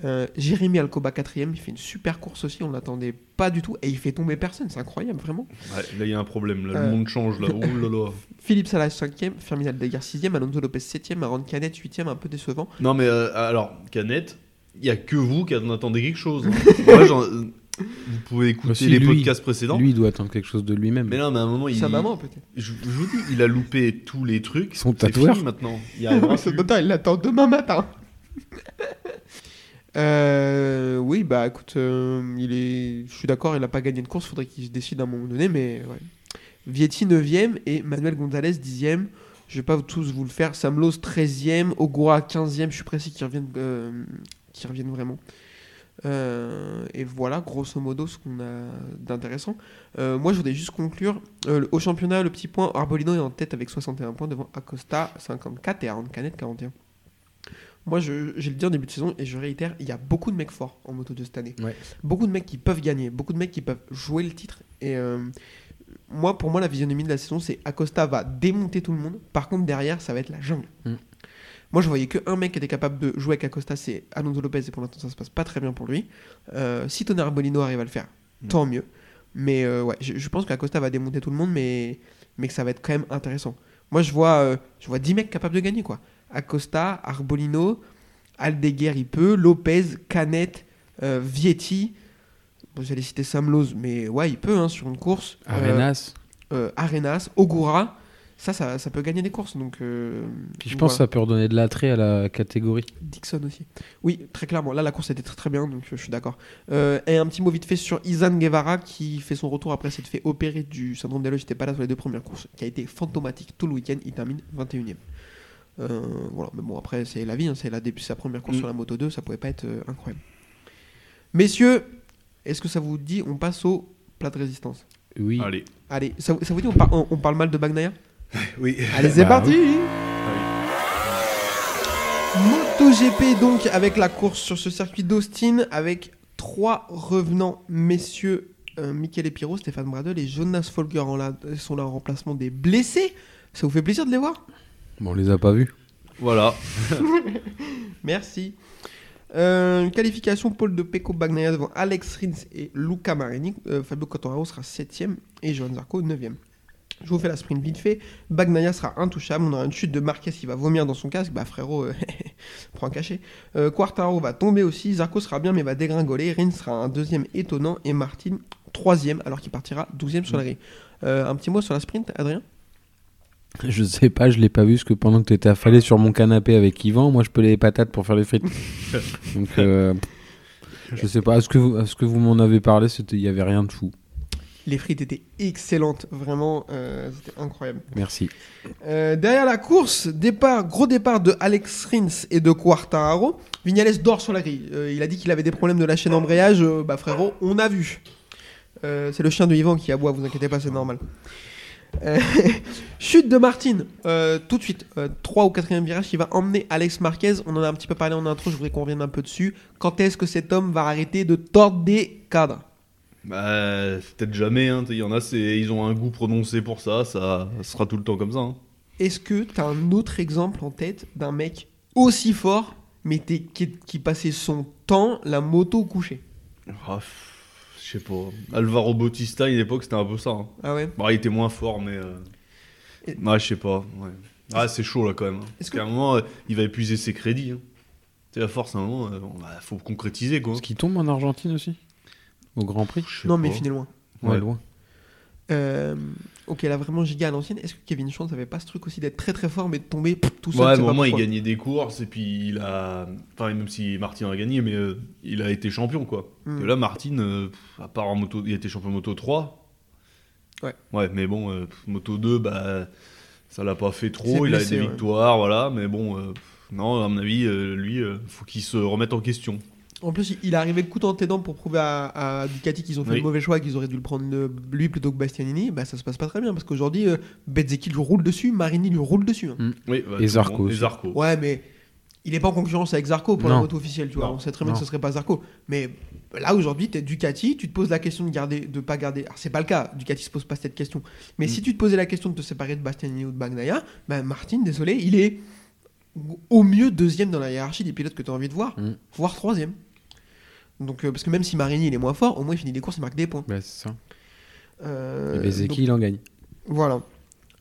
Speaker 1: Euh, Jérémy Alcoba quatrième. Il fait une super course aussi. On l'attendait pas du tout. Et il fait tomber personne. C'est incroyable, vraiment.
Speaker 2: Ouais, là, il y a un problème. Là,
Speaker 1: Euh.
Speaker 2: Le monde change. Là. Oh là là.
Speaker 1: Philippe Salas cinquième. Ferminal Degar sixième. Alonso Lopez septième. Aaron Canet huitième. Un peu décevant.
Speaker 2: Non, mais euh, alors, Canette, il y a que vous qui en attendez quelque chose. hein. Moi, j'en- euh, vous pouvez
Speaker 1: Bah,
Speaker 2: écouter
Speaker 3: Aussi,
Speaker 2: les
Speaker 3: lui.
Speaker 2: podcasts précédents.
Speaker 3: Lui, il doit attendre quelque chose de lui-même.
Speaker 2: Mais là, mais à un moment, il.
Speaker 1: Sa maman peut-être.
Speaker 2: Je, je vous dis, il a loupé tous les trucs.
Speaker 3: Son
Speaker 2: C'est
Speaker 3: tatoueur.
Speaker 2: fini maintenant. Il y a un
Speaker 1: Oui, Attends, il l'attend demain matin. Euh, oui, bah écoute, euh, il est... je suis d'accord, il n'a pas gagné de course, faudrait qu'il se décide à un moment donné, mais ouais. Vietti 9ème et Manuel Gonzalez 10ème. Je vais pas tous vous le faire. Samlos 13ème, Ogura 15ème, je suis pressé qu'ils reviennent, euh, qu'ils reviennent vraiment. Euh, et voilà, grosso modo, ce qu'on a d'intéressant. Euh, moi, je voudrais juste conclure. Euh, le- au championnat, le petit point, Arbolino est en tête avec 61 points devant Acosta 54 et Aaron Canet 41. Moi, je- j'ai le dit en début de saison et je réitère, il y a beaucoup de mecs forts en moto de cette année.
Speaker 3: Ouais.
Speaker 1: Beaucoup de mecs qui peuvent gagner, beaucoup de mecs qui peuvent jouer le titre. Et euh, moi, pour moi, la visionomie de la saison, c'est Acosta va démonter tout le monde. Par contre, derrière, ça va être la jungle.
Speaker 3: Mm.
Speaker 1: Moi, je voyais qu'un mec qui était capable de jouer avec Acosta, c'est Alonso Lopez, et pour l'instant, ça se passe pas très bien pour lui. Euh, si Tonnerre Bolino arrive à le faire,
Speaker 2: Mm.
Speaker 1: tant mieux. Mais euh, ouais, je, je pense qu'Acosta va démonter tout le monde, mais, mais que ça va être quand même intéressant. Moi, je vois, euh, je vois 10 mecs capables de gagner, quoi. Acosta, Arbolino, Aldeguer, il peut, Lopez, Canet, euh, Vietti. Bon, J'allais citer Sam Lowe, mais ouais, il peut hein, sur une course. Euh,
Speaker 3: Arenas.
Speaker 1: euh, Arenas, Ogura. Ça, ça, ça peut gagner des courses. Donc, euh,
Speaker 3: Puis je
Speaker 1: donc
Speaker 3: pense que
Speaker 1: voilà.
Speaker 3: ça peut redonner de l'attrait à la catégorie.
Speaker 1: Dixon aussi. Oui, très clairement. Là, la course était très très bien, donc euh, je suis d'accord. Euh, et un petit mot vite fait sur Izan Guevara qui fait son retour après s'être fait opérer du syndrome d'Ehlers. J'étais pas là sur les deux premières courses, qui a été fantomatique tout le week-end. Il termine 21 e Euh, voilà, mais bon, après, c'est la vie, hein, c'est la dé- sa première course
Speaker 2: Mm.
Speaker 1: sur la moto 2, ça pouvait pas être euh, incroyable. Messieurs, est-ce que ça vous dit, on passe au plat de résistance
Speaker 3: Oui.
Speaker 2: Allez.
Speaker 1: Allez, ça, vous- ça vous dit, on, par- on- on parle mal de Bagnaia
Speaker 2: Oui.
Speaker 1: Allez, c'est
Speaker 3: Bah
Speaker 1: parti MotoGP donc avec la course sur ce circuit d'Austin avec trois revenants messieurs euh, Michele Pirro, Stéphane Bradel et Jonas Folger en la- sont là en remplacement des blessés. Ça vous fait plaisir de les voir
Speaker 3: Bon, on les a pas vus.
Speaker 2: Voilà.
Speaker 1: Merci. Euh, qualification Paul de Pecco Bagnaia devant Alex Rins et Luca Marini. Euh, Fabio Cotararo sera 7ème et Johan Zarco 9ème. Je vous fais la sprint vite fait. Bagnaia sera intouchable. On aura une chute de Marquez qui va vomir dans son casque. Bah frérot, euh, prends un cachet. Euh, Quartaro va tomber aussi. Zarco sera bien mais va dégringoler. Rins sera un deuxième étonnant et Martin troisième alors qu'il partira 12ème sur la grille. Euh, un petit mot sur la sprint, Adrien
Speaker 3: Je sais pas, je l'ai pas vu, parce que pendant que tu étais affalé sur mon canapé avec Yvan, moi je pelais les patates pour faire les frites. Donc, euh, je sais pas, est-ce que vous, est-ce que vous m'en avez parlé c'était- Il y avait rien de fou.
Speaker 1: Les frites étaient excellentes, vraiment, euh, c'était incroyable.
Speaker 3: Merci.
Speaker 1: Euh, derrière la course, départ, gros départ de Alex Rins et de Quartararo. Vignales dort sur la grille. Euh, il a dit qu'il avait des problèmes de la chaîne embrayage. Euh, bah frérot, on a vu. Euh, c'est le chien de Yvan qui aboie, vous inquiétez pas, c'est normal. Euh, chute de Martine, Euh, tout de suite, 3 ou 4 virage qui va emmener Alex Marquez. On en a un petit peu parlé en intro, je voudrais qu'on revienne un peu dessus. Quand est-ce que cet homme va arrêter de tordre des cadres
Speaker 2: Bah, c'est peut-être jamais, hein. t'sais, Il y en a, c'est, ils ont un goût prononcé pour ça, ça sera tout le temps comme ça. hein.
Speaker 1: Est-ce que t'as un autre exemple en tête d'un mec aussi fort, mais t'es- qui, qui passait son temps la moto couchée
Speaker 2: Ah, pff, je sais pas. Alvaro Bautista, à l'époque, c'était un peu ça. hein.
Speaker 1: Ah ouais
Speaker 2: Bah, il était moins fort, mais. euh,
Speaker 1: Et-
Speaker 2: Ouais, je sais pas. ouais. Ah, c'est chaud là quand même. hein. Parce
Speaker 1: Est-ce que-
Speaker 2: qu'à un moment, euh, il va épuiser ses crédits. hein. Tu sais, à force, à un moment, euh, bon, bah, faut concrétiser quoi.
Speaker 3: Est-ce qu'il tombe en Argentine aussi Au Grand Prix
Speaker 2: Je sais
Speaker 1: Non, mais
Speaker 2: pas.
Speaker 1: finalement.
Speaker 3: Ouais,
Speaker 2: Ouais.
Speaker 3: loin.
Speaker 1: Euh, ok, là vraiment giga à l'ancienne. Est-ce que Kevin Chance avait pas ce truc aussi d'être très très fort, mais de tomber pff, tout seul
Speaker 2: Ouais,
Speaker 1: c'est
Speaker 2: mais au
Speaker 1: pas
Speaker 2: moins,
Speaker 1: mon
Speaker 2: il
Speaker 1: problème.
Speaker 2: gagnait des courses, et puis il a. Enfin, même si Martin a gagné, mais euh, il a été champion, quoi.
Speaker 1: Hmm.
Speaker 2: Et là, Martin, euh, pff, à part en moto, il était champion moto 3.
Speaker 1: Ouais.
Speaker 2: Ouais, mais bon, euh, pff, moto 2, bah, ça l'a pas
Speaker 1: Il
Speaker 2: fait
Speaker 1: s'est
Speaker 2: trop, il
Speaker 1: blessé,
Speaker 2: a eu des
Speaker 1: ouais.
Speaker 2: victoires, voilà, mais bon, euh, pff, non, à mon avis, euh, lui, euh, faut qu'il se remette en question.
Speaker 1: En plus, il- il est arrivé le coup dans tes dents pour prouver à, à Ducati qu'ils ont fait
Speaker 2: Oui.
Speaker 1: le mauvais choix, qu'ils auraient dû le prendre le- lui plutôt que Bastianini. Bah ça se passe pas très bien parce qu'aujourd'hui, euh, Bezzecchi lui roule dessus, Marini lui roule dessus. hein.
Speaker 2: Oui, bah,
Speaker 3: Et
Speaker 2: tout
Speaker 3: Zarco
Speaker 2: le monde-
Speaker 3: aussi.
Speaker 2: Et Zarco.
Speaker 1: Ouais, mais il n'est pas en concurrence avec Zarco pour la
Speaker 3: Non.
Speaker 1: moto officielle, tu vois.
Speaker 2: Non.
Speaker 1: On sait très bien que
Speaker 3: Non.
Speaker 1: ce serait pas Zarco. Mais là, aujourd'hui, tu es Ducati, tu te poses la question de garder, de pas garder. Alors, c'est pas le cas, Ducati se pose pas cette question. Mais
Speaker 3: Mm.
Speaker 1: si tu te posais la question de te séparer de Bastianini ou de Bagnaia, ben Martin, désolé, il est au mieux deuxième dans la hiérarchie des pilotes que tu as envie de voir,
Speaker 3: Mm.
Speaker 1: voire troisième. Donc, euh, parce que même si Marini il est moins fort, au moins il finit les courses, il marque des points.
Speaker 3: Bah, c'est ça.
Speaker 1: Euh,
Speaker 3: Et Bezeki,
Speaker 1: donc,
Speaker 3: il en gagne.
Speaker 1: voilà.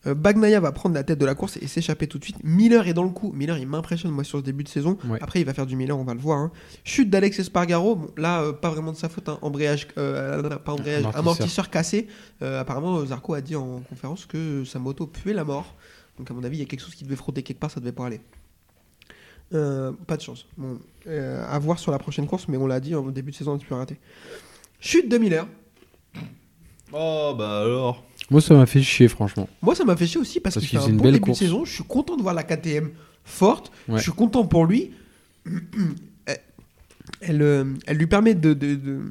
Speaker 1: Euh, Bagnaia va prendre la tête de la course et s'échapper tout de suite. Miller est dans le coup. Miller, il m'impressionne, moi, sur ce début de saison.
Speaker 3: Ouais.
Speaker 1: Après, il va faire du Miller, on va le voir. hein. Chute d'Alex Espargaro. Bon, là, euh, pas vraiment de sa faute. hein. Embrayage, euh, pas embrayage, amortisseur,
Speaker 3: Amortisseur.
Speaker 1: cassé. Euh, apparemment, euh, Zarco a dit en conférence que sa moto puait la mort. Donc, à mon avis, il y a quelque chose qui devait frotter quelque part, ça devait pas aller. Euh, pas de chance. Bon, euh, à voir sur la prochaine course, mais on l'a dit en début de saison, un petit peu raté. Chute de Miller.
Speaker 2: Oh, bah alors.
Speaker 3: Moi, ça m'a fait chier, franchement.
Speaker 1: Moi, ça m'a fait chier aussi parce,
Speaker 3: Parce
Speaker 1: qu'il
Speaker 3: qu'il
Speaker 1: fait
Speaker 3: faisait
Speaker 1: un
Speaker 3: une
Speaker 1: bon
Speaker 3: belle
Speaker 1: début
Speaker 3: course.
Speaker 1: de saison. Je suis content de voir la KTM forte.
Speaker 3: Ouais.
Speaker 1: Je suis content pour lui. Elle- Elle, euh, elle lui permet de, de- de-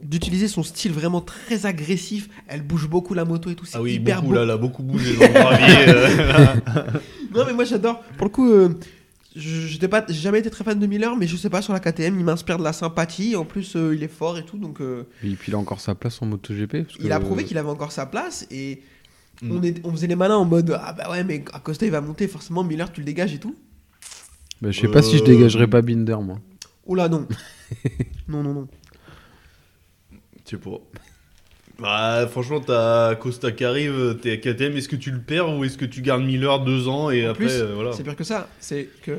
Speaker 1: d'utiliser son style vraiment très agressif. Elle bouge beaucoup la moto et tout. C'est
Speaker 2: Ah oui,
Speaker 1: hyper
Speaker 2: beaucoup,
Speaker 1: beau.
Speaker 2: là, là, beaucoup bougé dans le gravier. euh.
Speaker 1: Non, mais moi j'adore. Pour le coup, euh, je j'étais pas, j'ai jamais été très fan de Miller, mais je sais pas sur la KTM, il m'inspire de la sympathie. En plus, euh, il est fort et tout, donc. euh,
Speaker 3: Et puis, il a encore sa place en MotoGP. Parce
Speaker 1: il
Speaker 3: que- euh,
Speaker 1: a prouvé qu'il avait encore sa place et
Speaker 2: Euh, Mm.
Speaker 1: on, est, on faisait les malins en mode ah bah ouais mais Acosta il va monter forcément Miller tu le dégages et tout
Speaker 3: Bah, je sais pas si je
Speaker 2: Euh,
Speaker 3: dégagerais pas Binder, moi.
Speaker 1: oh là non non non non
Speaker 2: Je sais pas. Bah, franchement, t'as Costa qui arrive, t'es à KTM, est-ce que tu le perds ou est-ce que tu gardes Miller deux ans et
Speaker 1: En
Speaker 2: après,
Speaker 1: plus,
Speaker 2: euh, voilà.
Speaker 1: c'est pire que ça c'est que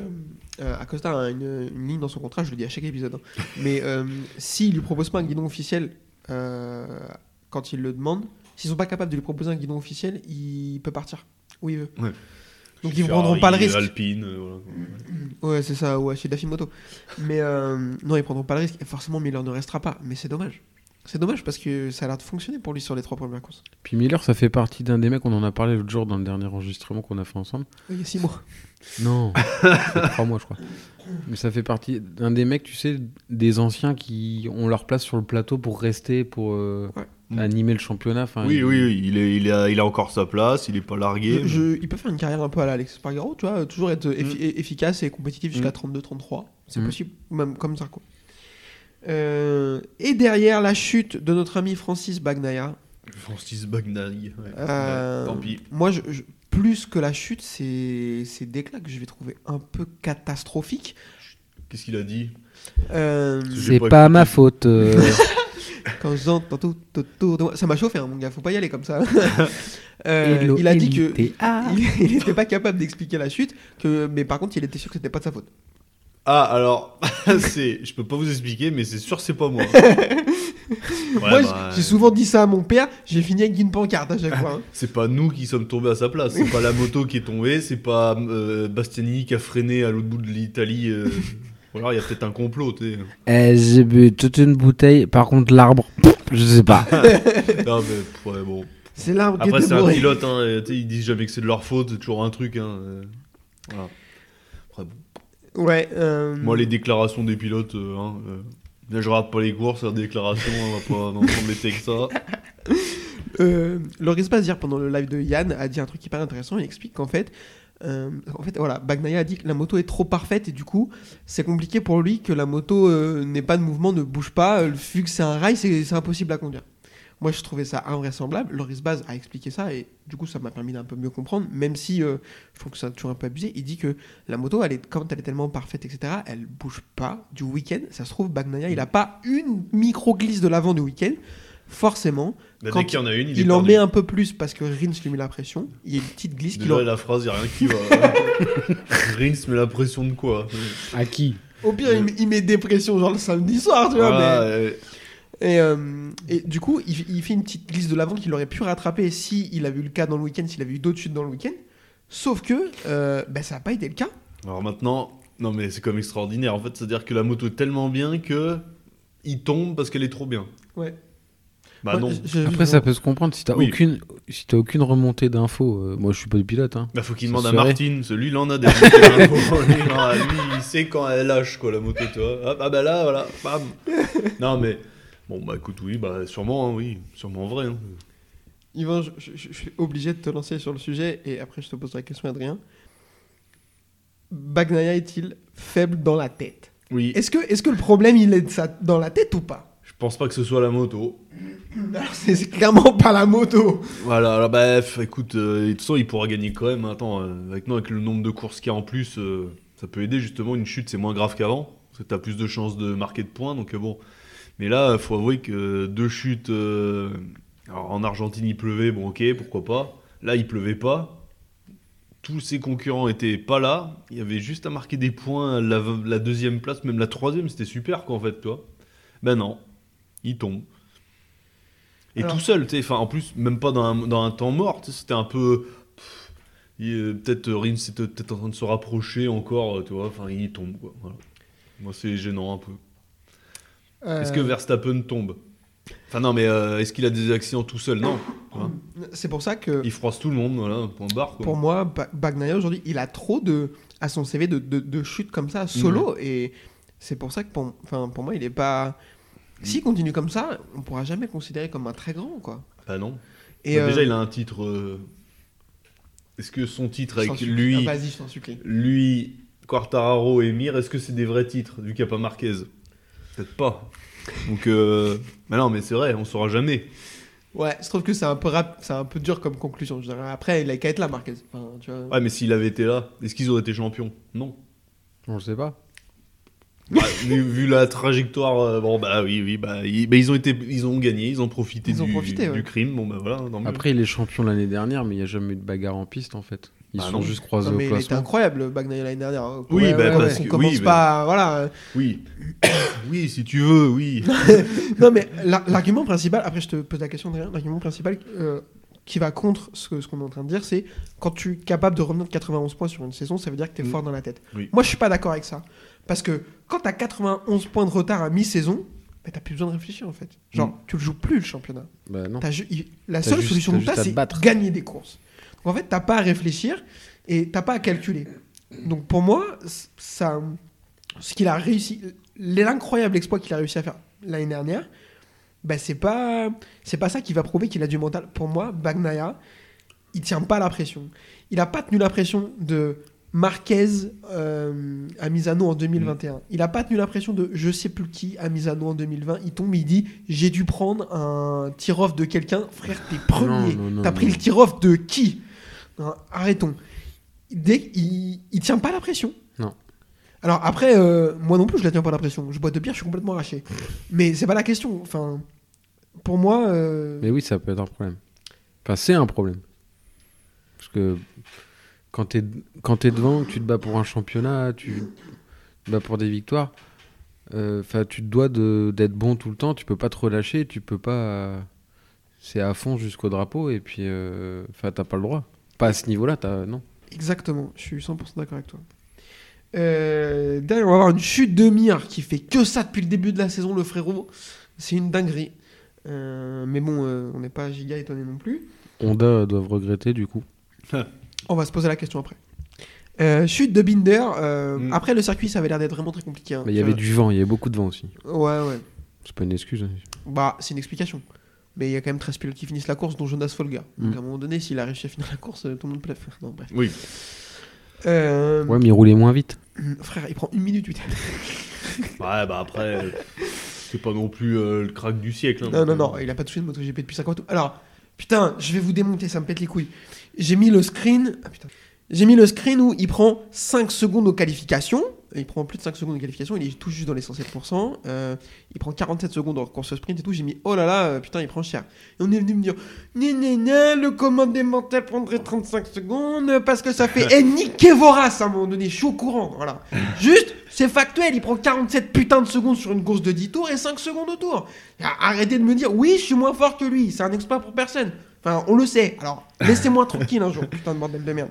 Speaker 1: euh, Acosta a une, une ligne dans son contrat je le dis à chaque épisode hein. mais euh, s'il lui propose pas un guidon officiel euh, quand il le demande s'ils sont pas capables de lui proposer un guidon officiel il peut partir où il veut
Speaker 2: Ouais.
Speaker 1: donc ils ne prendront pas le
Speaker 2: Ferrari,
Speaker 1: risque
Speaker 2: Alpine, euh, voilà.
Speaker 1: ouais c'est ça ouais chez Daffy Moto mais euh, non ils prendront pas le risque et forcément Miller ne restera pas mais c'est dommage c'est dommage parce que ça a l'air de fonctionner pour lui sur les trois premières courses
Speaker 3: Puis Miller, ça fait partie d'un des mecs, on en a parlé l'autre jour dans le dernier enregistrement qu'on a fait ensemble.
Speaker 1: il y a six mois
Speaker 3: Non, c'est trois mois, je crois. Mais ça fait partie d'un des mecs, tu sais, des anciens qui ont leur place sur le plateau pour rester, pour euh,
Speaker 1: Ouais.
Speaker 3: animer le championnat. Enfin,
Speaker 2: Oui,
Speaker 3: il-
Speaker 2: oui, oui, il, est, il, a, il a encore sa place, il est pas largué.
Speaker 1: Je- je- il peut faire une carrière un peu à l'Alex Spargaro, tu vois, toujours
Speaker 2: Mm.
Speaker 1: être effi- e- efficace et compétitif jusqu'à
Speaker 3: Mm.
Speaker 1: 32-33. C'est
Speaker 3: Mm.
Speaker 1: possible, même comme Zarco. Euh, et derrière la chute de notre ami Francis Bagnaia,
Speaker 2: Francis Bagnaï. ouais.
Speaker 1: euh,
Speaker 2: Ouais, Bah, tant pis.
Speaker 1: moi, je- je- plus que la chute, c'est ces déclats que je vais trouver un peu catastrophiques.
Speaker 2: Qu'est-ce qu'il a dit
Speaker 1: Euh,
Speaker 2: J'ai
Speaker 3: C'est
Speaker 2: pas
Speaker 3: pas,
Speaker 2: écouté.
Speaker 3: ma faute. euh.
Speaker 1: quand j'entends tout autour de moi, ça m'a chauffé, hein, mon gars, faut pas y aller comme ça. Euh,
Speaker 3: Hello,
Speaker 1: il a dit que
Speaker 3: LITA.
Speaker 1: il n'était pas capable d'expliquer la chute, que, mais par contre, il était sûr que c'était pas de sa faute.
Speaker 2: Ah, alors, c'est, je peux pas vous expliquer, mais c'est sûr que c'est pas moi.
Speaker 1: Moi,
Speaker 2: Ouais, bah,
Speaker 1: j'ai souvent dit ça à mon père, j'ai fini avec une pancarte à chaque fois. hein.
Speaker 2: C'est pas nous qui sommes tombés à sa place, c'est pas la moto qui est tombée, c'est pas euh, Bastianini qui a freiné à l'autre bout de l'Italie. euh, Ou alors il y a peut-être un complot, tu sais.
Speaker 3: Eh, j'ai bu toute une bouteille. Par contre, l'arbre, pff, je sais pas.
Speaker 2: Non, mais, pff, ouais, bon.
Speaker 1: C'est l'arbre qui
Speaker 2: Après,
Speaker 1: est
Speaker 2: c'est un
Speaker 1: dévoré.
Speaker 2: pilote, hein, et, tu sais, ils disent jamais que c'est de leur faute, c'est toujours un truc. Hein, euh, voilà. Après, bon.
Speaker 1: Ouais. euh,
Speaker 2: Moi, les déclarations des pilotes, euh, hein, euh, là, je rate pas les courses, la déclaration, on va pas en embêter que ça.
Speaker 1: Euh, Loris Bass, hier, pendant le live de Yann, a dit un truc hyper intéressant. Il explique qu'en fait, euh, en fait, voilà, Bagnaia a dit que la moto est trop parfaite et du coup, c'est compliqué pour lui que la moto euh, n'ait pas de mouvement, ne bouge pas. Euh, vu que c'est un rail, c'est c'est impossible à conduire. Moi, je trouvais ça invraisemblable. Loris Baz a expliqué ça et du coup, ça m'a permis d'un peu mieux comprendre, même si euh, je trouve que c'est toujours un peu abusé. Il dit que la moto, elle est, quand elle est tellement parfaite, etc., elle bouge pas du week-end. Ça se trouve, Bagnaia, il a pas une micro-glisse de l'avant du week-end. Forcément,
Speaker 2: Bah,
Speaker 1: Quand
Speaker 2: dès qu'il y en a une, il,
Speaker 1: il
Speaker 2: est
Speaker 1: en
Speaker 2: perdu.
Speaker 1: met un peu plus parce que Rins lui met la pression. Il y a une petite glisse qu'il
Speaker 2: Déjà,
Speaker 1: en...
Speaker 2: la phrase, y a rien qui va. hein. Rins met la pression de quoi
Speaker 3: À qui
Speaker 1: Au pire, il, met- il met dépression genre le samedi soir, tu vois.
Speaker 2: Voilà,
Speaker 1: mais-
Speaker 2: euh,
Speaker 1: Et, euh, et du coup, il, il fait une petite glisse de l'avant qu'il aurait pu rattraper si il avait eu le cas dans le week-end, s'il avait eu d'autres chutes dans le week-end. Sauf que euh, bah, ça n'a pas été le cas.
Speaker 2: Alors maintenant, non mais c'est comme extraordinaire. En fait, c'est-à-dire que la moto est tellement bien que il tombe parce qu'elle est trop bien.
Speaker 1: Ouais.
Speaker 2: Bah
Speaker 1: Moi,
Speaker 2: non.
Speaker 1: je- je-
Speaker 3: Après, ça peut se comprendre si t'as
Speaker 2: Oui.
Speaker 3: aucune, si t'as aucune remontée d'infos. euh, moi, je suis pas du pilote. Hein.
Speaker 2: Bah faut qu'il
Speaker 3: ça
Speaker 2: demande à
Speaker 3: serait.
Speaker 2: Martine, celui il en a des motos, hein, pour lui, hein, lui, il sait quand elle lâche quoi la moto, tu vois. Ah, ah, bah là voilà, bam. non mais bon bah écoute oui, bah sûrement hein, oui, sûrement vrai. hein.
Speaker 1: Yvan, je, je- je suis obligé de te lancer sur le sujet et après je te poserai la question, Adrien. Bagnaia est-il faible dans la tête
Speaker 2: Oui,
Speaker 1: Est-ce que, est que le problème il est de ça, dans la tête ou pas
Speaker 2: je pense pas que ce soit la moto.
Speaker 1: Alors, c'est c'est clairement pas la moto.
Speaker 2: Voilà, alors bah f- écoute, euh, de toute façon il pourra gagner quand même. Attends, euh, avec nous avec le nombre de courses qu'il y a en plus, euh, ça peut aider justement. Une chute c'est moins grave qu'avant, parce que t'as plus de chances de marquer de points, donc euh, bon. Mais là, faut avouer que euh, deux chutes, euh, alors en Argentine il pleuvait, bon ok, pourquoi pas. Là il pleuvait pas. Tous ses concurrents étaient pas là. Il y avait juste à marquer des points la, v- la deuxième place, même la troisième, c'était super quoi en fait, toi. Ben non, il tombe. Et
Speaker 1: Alors-
Speaker 2: tout seul, tu sais, enfin en plus, même pas dans un, dans un temps mort, tu sais, c'était un peu. pff, il, euh, peut-être euh, Rins était peut-être en train de se rapprocher encore, euh, tu vois, enfin il tombe quoi. Voilà. Moi c'est gênant un peu.
Speaker 1: Euh,
Speaker 2: Est-ce que Verstappen tombe Enfin non, mais euh, est-ce qu'il a des accidents tout seul Non. Voilà.
Speaker 1: C'est pour ça que
Speaker 2: Il froisse tout le monde, voilà, point barre quoi.
Speaker 1: Euh, pour moi, Ba- Bagnaia aujourd'hui, il a trop de à son CV de, de, de chutes comme ça
Speaker 2: Mm.
Speaker 1: solo et c'est pour ça que pour, enfin, pour moi, il est pas.
Speaker 2: Mm.
Speaker 1: S'il continue comme ça, on pourra jamais le considérer comme un très grand quoi.
Speaker 2: Bah non.
Speaker 1: Et
Speaker 2: Bah, Déjà
Speaker 1: euh,
Speaker 2: il a un titre. euh, Est-ce que son titre
Speaker 1: je t'en
Speaker 2: avec
Speaker 1: supplie.
Speaker 2: lui,
Speaker 1: Ah, Vas-y, je t'en supplie.
Speaker 2: lui, Quartararo et Mir, est-ce que c'est des vrais titres du Capa Marquez Peut-être pas. Donc, euh, bah non, mais c'est vrai, on saura jamais.
Speaker 1: Ouais, je trouve que c'est un peu rap, c'est un peu dur comme conclusion. Je dirais. Après, il a qu'à être là, Marquez. Enfin, tu vois.
Speaker 2: Ouais, mais s'il avait été là, est-ce qu'ils auraient été champions Non.
Speaker 3: On le sait pas.
Speaker 2: Bah, vu, vu la trajectoire, euh, bon bah oui, oui, bah ils, bah, ils ont été, ils ont gagné, ils ont profité,
Speaker 1: Ils ont
Speaker 2: du,
Speaker 1: profité, ouais.
Speaker 2: du crime. Bon bah voilà. tant mieux.
Speaker 3: Après, il est champion l'année dernière, mais il n'y a jamais eu de bagarre en piste en fait. Ils
Speaker 2: Ah
Speaker 3: sont
Speaker 2: non.
Speaker 3: juste
Speaker 1: Non,
Speaker 3: croisés
Speaker 1: mais
Speaker 3: au
Speaker 1: il était
Speaker 3: classement.
Speaker 1: incroyable, Bagnaia l'année dernière.
Speaker 2: Oui, bah,
Speaker 1: quand
Speaker 2: parce
Speaker 1: on
Speaker 2: que-
Speaker 1: commence
Speaker 2: oui, mais-
Speaker 1: pas, à- voilà.
Speaker 2: Oui, oui, si tu veux, oui.
Speaker 1: Non, mais l'ar- l'argument principal, après je te pose la question derrière, l'argument principal euh, qui va contre ce que- ce qu'on est en train de dire, c'est quand tu es capable de revenir de 91 points sur une saison, ça veut dire que tu es
Speaker 2: Mm.
Speaker 1: fort dans la tête.
Speaker 2: Oui.
Speaker 1: Moi, je suis pas d'accord avec ça. Parce que quand tu as 91 points de retard à mi-saison, bah, t'as plus besoin de réfléchir en fait. Genre,
Speaker 2: Mm.
Speaker 1: tu le joues plus le championnat.
Speaker 3: Bah, non.
Speaker 1: T'as ju- il- la
Speaker 3: T'as
Speaker 1: seule
Speaker 3: juste-
Speaker 1: solution
Speaker 3: t'as
Speaker 1: que
Speaker 3: juste
Speaker 1: t'as,
Speaker 3: à te
Speaker 1: c'est
Speaker 3: battre.
Speaker 1: gagner des courses. Donc en fait, t'as pas à réfléchir et t'as pas à calculer. Donc pour moi, c- ça, ce qu'il a réussi, l'incroyable exploit qu'il a réussi à faire l'année dernière, bah c'est pas, c'est pas ça qui va prouver qu'il a du mental. Pour moi, Bagnaia, il tient pas la pression. Il a pas tenu la pression de Marquez euh, à Misano en 2021.
Speaker 3: Mm.
Speaker 1: Il n'a pas tenu la pression de je sais plus qui à Misano en 2020. Il tombe, il dit j'ai dû prendre un tir-off de quelqu'un. Frère, t'es premier.
Speaker 3: non, non,
Speaker 1: T'as pris
Speaker 3: non.
Speaker 1: le tir-off de qui Non, Arrêtons. Dès, il, il tient pas la pression.
Speaker 3: Non.
Speaker 1: Alors après, euh, moi non plus, je la tiens pas la pression. Je bois de bière, je suis complètement arraché. Mais c'est pas la question. Enfin, pour moi, euh,
Speaker 3: Mais oui, ça peut être un problème. Enfin, c'est un problème. Parce que quand t'es quand es devant, que tu te bats pour un championnat, tu te bats pour des victoires, euh, Enfin, tu te dois de- d'être bon tout le temps. Tu peux pas te relâcher. Tu peux pas. C'est à fond jusqu'au drapeau et puis, euh, enfin, t'as pas le droit. Pas à ce niveau-là, t'as non.
Speaker 1: Exactement, je suis 100% d'accord avec toi. Euh, derrière, on va avoir une chute de mire qui fait que ça depuis le début de la saison, le frérot. C'est une dinguerie. Euh, mais bon, euh, on n'est pas giga étonné non plus.
Speaker 3: Honda euh, doivent regretter du coup.
Speaker 1: On va se poser la question après. Euh, chute de Binder. euh,
Speaker 2: Mm.
Speaker 1: Après, le circuit, ça avait l'air d'être vraiment très compliqué. hein.
Speaker 3: Mais il y avait du vent. Il y avait beaucoup de vent aussi.
Speaker 1: Ouais, ouais.
Speaker 3: C'est pas une excuse. hein.
Speaker 1: Bah, c'est une explication. Mais il y a quand même 13 pilotes qui finissent la course, dont Jonas Folga. Donc
Speaker 3: Mm.
Speaker 1: à un moment donné, s'il a réussi à finir la course, euh, tout le monde peut la faire. Non, bref.
Speaker 2: Oui.
Speaker 1: Euh,
Speaker 3: Ouais, mais ils roulaient moins vite.
Speaker 1: Frère, il prend une minute, putain.
Speaker 2: Ouais, bah après, euh, c'est pas non plus euh, le crack du siècle. hein.
Speaker 1: Non, non, non, il a pas touché de MotoGP depuis 50 ans. Alors, putain, je vais vous démonter, ça me pète les couilles. J'ai mis le screen. Ah, putain. J'ai mis le screen où il prend 5 secondes aux qualifications. Il prend plus de 5 secondes aux qualifications, il est tout juste dans les 107%. Euh, il prend 47 secondes en course sprint et tout. J'ai mis oh là là, euh, putain, il prend cher. Et on est venu me dire Ni, ni, ni, le commandé mental prendrait 35 secondes parce que ça fait. Eh, niquez vos races à un moment donné, je suis au courant. Voilà. Juste, c'est factuel, il prend 47 putains de secondes sur une course de 10 tours et 5 secondes au tour. Ah, Arrêtez de me dire, oui, je suis moins fort que lui, c'est un exploit pour personne. Enfin, on le sait, alors laissez-moi tranquille un jour, putain de bordel de merde.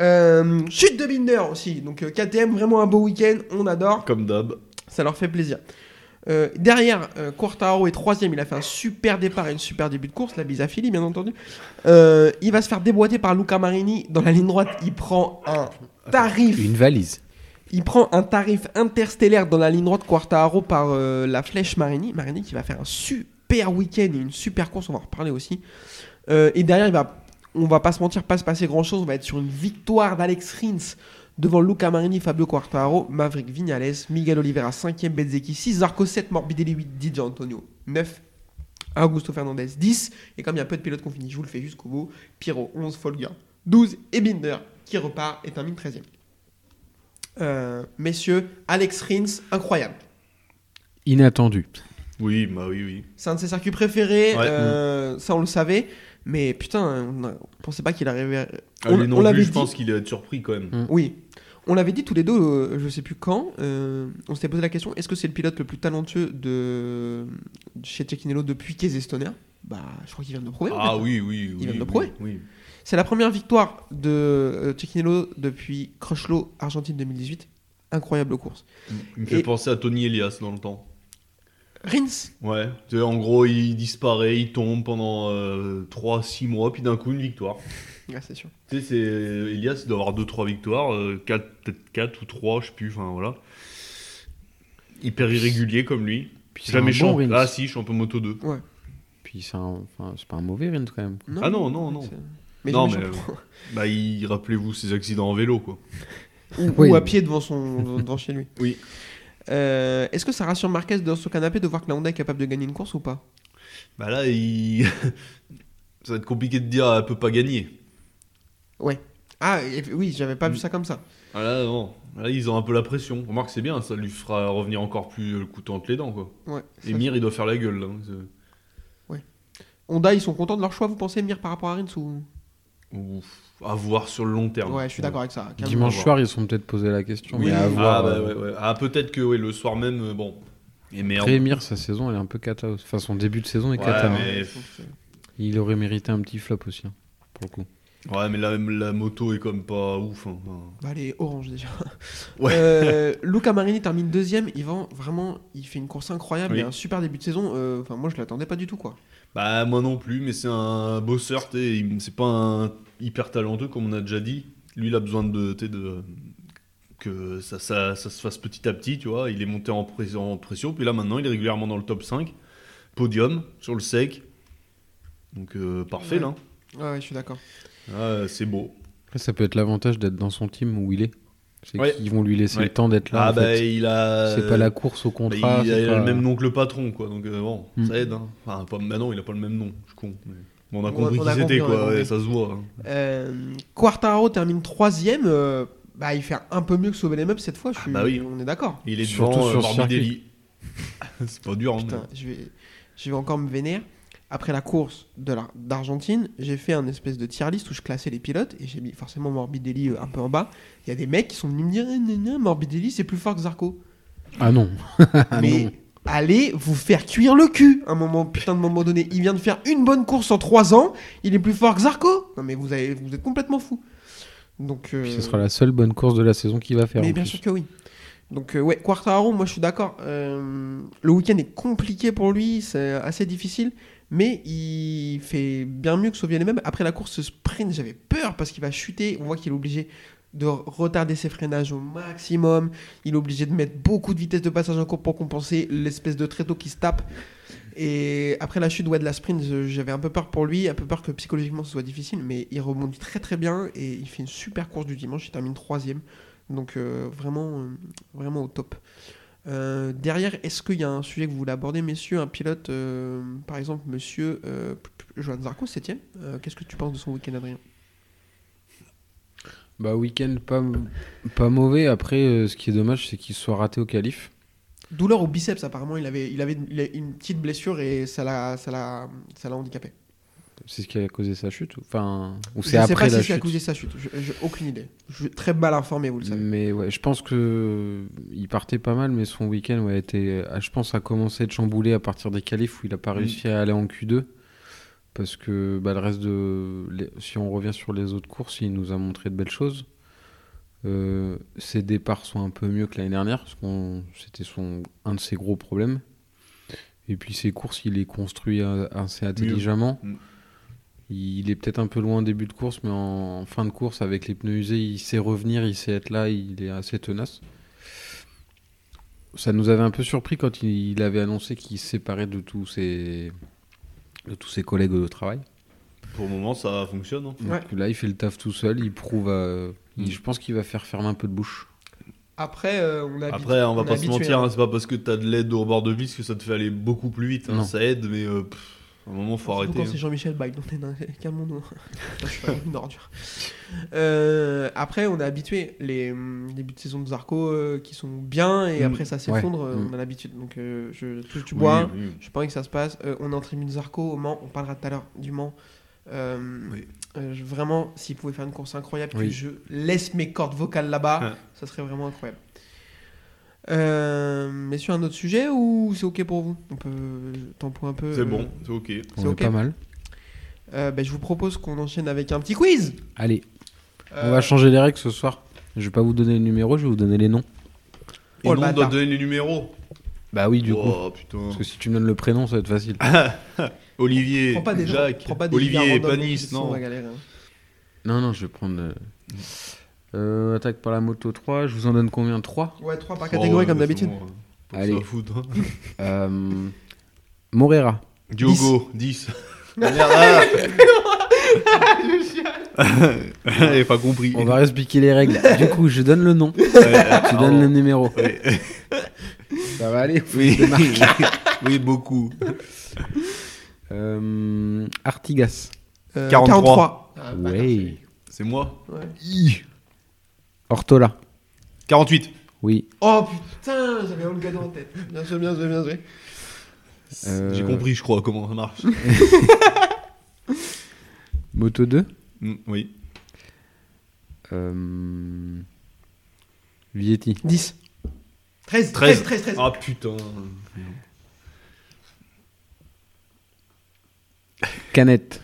Speaker 1: Euh, chute de Binder aussi, donc euh, KTM, vraiment un beau week-end, on adore,
Speaker 2: Comme d'hab.
Speaker 1: ça leur fait plaisir. Euh, derrière, euh, Quartaro est troisième, il a fait un super départ et une super début de course, la bise à Philly bien entendu. Euh, il va se faire déboîter par Luca Marini dans la ligne droite, il prend un tarif
Speaker 3: Une valise.
Speaker 1: il prend un tarif interstellaire dans la ligne droite Quartaro par euh, la flèche Marini. Marini qui va faire un super week-end et une super course, on va en reparler aussi. Euh, et derrière, il va, on va pas se mentir, pas se passer grand-chose. On va être sur une victoire d'Alex Rins devant Luca Marini, Fabio Quartaro, Maverick Vignales, Miguel Oliveira 5e, Benzeki 6, Zarco 7, Morbidelli 8, Di Antonio 9. Augusto Fernandez 10, et comme il y a peu de pilotes qu'on finit, je vous le fais jusqu'au bout, Pirro 11, Folger 12, et Binder qui repart et termine 13e. Euh, messieurs, Alex Rins, incroyable.
Speaker 3: Inattendu.
Speaker 2: Oui, bah oui, oui.
Speaker 1: C'est un de ses circuits préférés,
Speaker 2: Ouais.
Speaker 1: euh, ça on le savait, mais putain, on, a- on pensait pas qu'il arrivait.
Speaker 2: Ah,
Speaker 1: On-
Speaker 2: lui
Speaker 1: on
Speaker 2: non
Speaker 1: l'avait
Speaker 2: plus, je
Speaker 1: dit. Mm.
Speaker 2: pense qu'il est surpris quand même.
Speaker 1: Oui, on l'avait dit tous les deux, euh, je sais plus quand, euh, on s'était posé la question est-ce que c'est le pilote le plus talentueux de chez Cecchinello depuis qu'est Estonia Bah, je crois qu'il vient de le prouver. en
Speaker 2: Ah
Speaker 1: fait.
Speaker 2: oui, oui, oui.
Speaker 1: vient de le
Speaker 2: oui,
Speaker 1: prouver.
Speaker 2: Oui.
Speaker 1: C'est la première victoire de euh, Cecchinello depuis Crutchlow, Argentine 2018. Incroyable course.
Speaker 2: Il me fait
Speaker 1: Et-
Speaker 2: penser à Tony Elias dans le temps.
Speaker 1: Rins,
Speaker 2: Ouais. Tu sais, En gros, il disparaît, il tombe pendant 3-6 mois, puis d'un coup, une victoire.
Speaker 1: Ah, c'est sûr.
Speaker 2: Tu sais, c'est euh, Elias doit avoir 2-3 victoires, 4, peut-être 4 ou 3, je sais plus, enfin voilà. Hyper irrégulier comme lui.
Speaker 3: Puis un
Speaker 2: Jamais
Speaker 3: bon
Speaker 2: champ.
Speaker 3: Rins.
Speaker 2: ah si, champion moto 2.
Speaker 3: Puis c'est un- enfin, c'est pas un mauvais Rins quand même.
Speaker 2: Ah non, non, non.
Speaker 1: c'est- Mais
Speaker 2: Non,
Speaker 1: jamais
Speaker 2: mais-
Speaker 1: champion.
Speaker 2: Bah, il, rappelez-vous ses accidents en vélo, quoi.
Speaker 1: ou,
Speaker 3: Oui.
Speaker 1: ou à pied devant, son, devant chez lui.
Speaker 2: Oui.
Speaker 1: Euh, Est-ce que ça rassure Marquez dans son canapé de voir que la Honda est capable de gagner une course ou pas
Speaker 2: Bah là, il. Ça va être compliqué de dire, elle peut pas gagner.
Speaker 1: Ah et- oui, j'avais pas vu ça comme ça.
Speaker 2: Ah là, non. Là, ils ont un peu la pression. Remarque, c'est bien, ça lui fera revenir encore plus euh, le couteau entre les dents, quoi.
Speaker 1: Ouais,
Speaker 2: Et
Speaker 1: ça-
Speaker 2: Mir, il doit faire la gueule, là. hein, C'est-
Speaker 1: Honda, ils sont contents de leur choix, vous pensez, Mir, par rapport à Rins ou...
Speaker 2: Ouf. À voir sur le long terme.
Speaker 1: Ouais, je suis d'accord avec ça. calme-toi.
Speaker 3: Dimanche
Speaker 2: voir.
Speaker 3: soir, ils se sont peut-être posé la question.
Speaker 2: Oui,
Speaker 3: mais à
Speaker 2: ah,
Speaker 3: voir.
Speaker 2: bah,
Speaker 3: euh,
Speaker 2: ouais, ouais. Ah, peut-être que ouais, le soir même, euh, bon. Et merde.
Speaker 3: Après, Mir, sa saison, elle est un peu cata. aussi. Enfin, son début de saison est
Speaker 2: Ouais,
Speaker 3: cata. hein.
Speaker 2: mais-
Speaker 1: euh,
Speaker 3: Il aurait mérité un petit flop aussi, hein, pour le coup.
Speaker 2: Ouais, mais la, la moto est comme pas ouf. hein.
Speaker 1: Bah, elle est orange déjà.
Speaker 2: Ouais.
Speaker 1: Euh, Luca Marini termine deuxième. Il vend vraiment, il fait une course incroyable
Speaker 2: Oui.
Speaker 1: et un super début de saison. Euh, Enfin, moi, je l'attendais pas du tout quoi.
Speaker 2: Bah, moi non plus, mais c'est un bosseur, t'sais, il- c'est pas un hyper talentueux comme on a déjà dit. Lui, il a besoin de, t'sais, de que ça, ça- ça se fasse petit à petit, tu vois. Il est monté en, pré- en pression, puis là maintenant, il est régulièrement dans le top 5, podium sur le sec. Donc, euh, parfait
Speaker 1: Ouais.
Speaker 2: là.
Speaker 1: Ouais, ouais, je suis d'accord.
Speaker 2: Ah, euh, c'est beau.
Speaker 3: Après, ça peut être l'avantage d'être dans son team où il est. C'est
Speaker 2: Ouais.
Speaker 3: qu'ils vont lui laisser
Speaker 2: Ouais.
Speaker 3: le temps d'être là.
Speaker 2: ah,
Speaker 3: en
Speaker 2: bah,
Speaker 3: fait.
Speaker 2: il a.
Speaker 3: C'est pas la course au
Speaker 2: bah,
Speaker 3: contrat.
Speaker 2: il a,
Speaker 3: c'est
Speaker 2: il a
Speaker 3: pas-
Speaker 2: le même nom que le patron, quoi. Donc, euh, bon,
Speaker 3: Hmm.
Speaker 2: ça aide. Hein. Enfin, pas, bah non, il a pas le même nom, je suis con. mais- mais on a
Speaker 1: Mm. On-
Speaker 2: compris
Speaker 1: on
Speaker 2: qui
Speaker 1: a
Speaker 2: c'était,
Speaker 1: compris, on a
Speaker 2: quoi. ouais,
Speaker 1: compris.
Speaker 2: ça se voit. hein.
Speaker 1: Euh, Quartaro termine troisième. euh, bah, il fait un peu mieux que sauver les meubles cette fois. Je
Speaker 2: Ah,
Speaker 1: suis,
Speaker 2: bah oui.
Speaker 1: On est d'accord.
Speaker 2: Il est
Speaker 3: Surtout
Speaker 2: devant
Speaker 3: sur
Speaker 2: euh,
Speaker 3: ce
Speaker 2: Morbidelli. c'est pas dur, hein, mais-
Speaker 1: Putain, je vais, je vais encore me vénère. Après la course de la- d'Argentine, j'ai fait un espèce de tier list où je classais les pilotes et j'ai mis forcément Morbidelli euh, un peu en bas. Il y a des mecs qui sont venus me dire eh, nan, nan, Morbidelli c'est plus fort que Zarco.
Speaker 3: Ah non.
Speaker 1: mais allez vous faire cuire le cul un moment, putain de moment donné. Il vient de faire une bonne course en 3 ans, il est plus fort que Zarco. Non mais vous, avez, vous êtes complètement fou. Donc, euh,
Speaker 3: Puis ce sera la seule bonne course de la saison qu'il va faire.
Speaker 1: mais
Speaker 3: en
Speaker 1: bien
Speaker 3: plus.
Speaker 1: sûr que oui. Donc euh, ouais, Quartaro, moi je suis d'accord. Euh, le week-end est compliqué pour lui, c'est assez difficile, mais il fait bien mieux que Soviet les mêmes. Après la course sprint, j'avais peur parce qu'il va chuter. On voit qu'il est obligé de retarder ses freinages au maximum. Il est obligé de mettre beaucoup de vitesse de passage en courbe pour compenser l'espèce de tréteau qui se tape. Et après la chute ouais, de la sprint, je- j'avais un peu peur pour lui, un peu peur que psychologiquement ce soit difficile, mais il rebondit très très bien et il fait une super course du dimanche, il termine troisième. Donc euh, vraiment, euh, vraiment au top. Euh, derrière, est-ce qu'il y a un sujet que vous voulez aborder, messieurs Un pilote, euh, par exemple, monsieur euh, Johan Zarco, 7 Qu'est-ce que tu penses de son week-end, Adrien
Speaker 3: Bah, week-end pas, pas mauvais. Après, euh, ce qui est dommage, c'est qu'il soit raté au qualif.
Speaker 1: Douleur au biceps, apparemment, il avait, il avait il a une petite blessure et ça l'a, ça l'a, ça l'a handicapé.
Speaker 3: C'est ce qui a causé sa chute. ou- Enfin, ou
Speaker 1: Je
Speaker 3: c'est
Speaker 1: sais pas
Speaker 3: après
Speaker 1: si
Speaker 3: la
Speaker 1: c'est à cause de
Speaker 3: chute.
Speaker 1: sa chute, Je- j'ai aucune idée. Je suis très mal informé, vous le
Speaker 2: Mm.
Speaker 1: savez.
Speaker 3: Mais ouais, je pense que euh, il partait pas mal, mais son week-end ouais, était, ah, je pense, a commencé à être chamboulé à partir des qualifs où il a
Speaker 1: Mm.
Speaker 3: pas réussi à aller en Q2 parce que bah, le reste de, les- si on revient sur les autres courses, il nous a montré de belles choses. Euh, ses départs sont un peu mieux que l'année dernière parce qu'on c'était son un de ses gros problèmes. Et puis ses courses, il les construit euh, assez intelligemment.
Speaker 2: Mm.
Speaker 3: Il est peut-être un peu loin en début de course, mais en, en fin de course, avec les pneus usés, il sait revenir, il sait être là, il est assez tenace. Ça nous avait un peu surpris quand il, il avait annoncé qu'il se séparait de tous ses, de tous ses collègues de travail.
Speaker 2: Pour le moment, ça fonctionne. hein.
Speaker 3: Donc
Speaker 1: Ouais.
Speaker 3: là, il fait le taf tout seul, il prouve. à- il-
Speaker 2: Mm.
Speaker 3: je pense qu'il va faire fermer un peu de bouche.
Speaker 1: Après, euh, on a
Speaker 2: Après, on va
Speaker 1: est
Speaker 2: pas se
Speaker 1: habitué,
Speaker 2: mentir,
Speaker 1: hein.
Speaker 2: hein, c'est pas parce que t'as de l'aide au bord de vis que ça te fait aller beaucoup plus vite. hein.
Speaker 3: Non.
Speaker 2: Ça aide, mais euh, pff, à un moment, faut
Speaker 1: Surtout
Speaker 2: arrêter.
Speaker 1: quand c'est
Speaker 2: hein.
Speaker 1: Jean-Michel Bike, donc t'es dans- calmons-nous. hein. Je suis pas une ordure. Euh, après, on est habitué. Les hum, débuts de saison de Zarco euh, qui sont bien et
Speaker 2: Mm.
Speaker 1: après ça s'effondre,
Speaker 3: Ouais.
Speaker 1: euh,
Speaker 3: Mm.
Speaker 1: on a l'habitude. Donc, euh, je touche du
Speaker 2: Oui,
Speaker 1: bois.
Speaker 2: oui.
Speaker 1: Je pense que ça se passe. Euh, on est en tribune Zarco au Mans. On parlera tout à l'heure du Mans. Euh,
Speaker 2: Oui.
Speaker 1: euh, je- vraiment, s'il pouvait faire une course incroyable, que
Speaker 3: Oui.
Speaker 1: je laisse mes cordes vocales là-bas,
Speaker 2: Ouais.
Speaker 1: ça serait vraiment incroyable. Euh, mais sur un autre sujet ou c'est ok pour vous On peut tamponner un peu.
Speaker 2: C'est
Speaker 1: euh,
Speaker 2: bon, c'est ok.
Speaker 3: On
Speaker 1: C'est
Speaker 3: est
Speaker 1: ok.
Speaker 3: pas mal.
Speaker 1: euh, ben, je vous propose qu'on enchaîne avec un petit quiz.
Speaker 3: Allez, on
Speaker 1: Euh,
Speaker 3: va changer les règles ce soir. Je vais pas vous donner le numéro, je vais vous donner les noms.
Speaker 2: Et
Speaker 1: Oh, le
Speaker 2: non, on doit
Speaker 1: bâtard.
Speaker 2: donner les numéros.
Speaker 3: Bah oui, du coup. Ah.
Speaker 2: oh putain.
Speaker 3: Parce que si tu me donnes le prénom, ça va être facile.
Speaker 2: Olivier,
Speaker 1: prends pas des gens-
Speaker 2: Jacques,
Speaker 1: prends pas des
Speaker 2: Olivier,
Speaker 1: gens random,
Speaker 2: Panis,
Speaker 1: sinon on
Speaker 2: non.
Speaker 1: va galérer, hein.
Speaker 3: Non, non, je vais prendre. euh, euh, attaque par la moto 3, je vous en donne combien 3
Speaker 1: Ouais, 3
Speaker 2: Oh,
Speaker 1: par catégorie comme d'habitude.
Speaker 2: hein,
Speaker 3: Allez.
Speaker 2: Allez. Foutre. hein.
Speaker 3: euh, Morera.
Speaker 2: Diogo, 10. Merde. ah. J'avais pas compris.
Speaker 3: On va expliquer les règles. Du coup, je donne le nom, tu
Speaker 2: Tu
Speaker 3: donnes le numéro.
Speaker 2: Ouais.
Speaker 3: Ça va aller
Speaker 2: Oui. oui, beaucoup.
Speaker 3: Euh, Artigas.
Speaker 1: Euh,
Speaker 2: 43.
Speaker 1: Ah, bâtard,
Speaker 3: Ouais.
Speaker 2: C'est moi.
Speaker 1: c'est lui. Ouais.
Speaker 3: Ortola.
Speaker 2: 48.
Speaker 3: Oui.
Speaker 1: Oh putain, j'avais Olgado en tête. Bien joué, bien joué, bien joué.
Speaker 3: Euh,
Speaker 2: J'ai compris, je crois, comment ça marche.
Speaker 3: Moto 2.
Speaker 2: Mm, oui.
Speaker 3: Euh, Vietti.
Speaker 1: 10. 13, 13,
Speaker 2: Treize.
Speaker 1: 13, 13.
Speaker 2: Ah putain.
Speaker 3: Canette.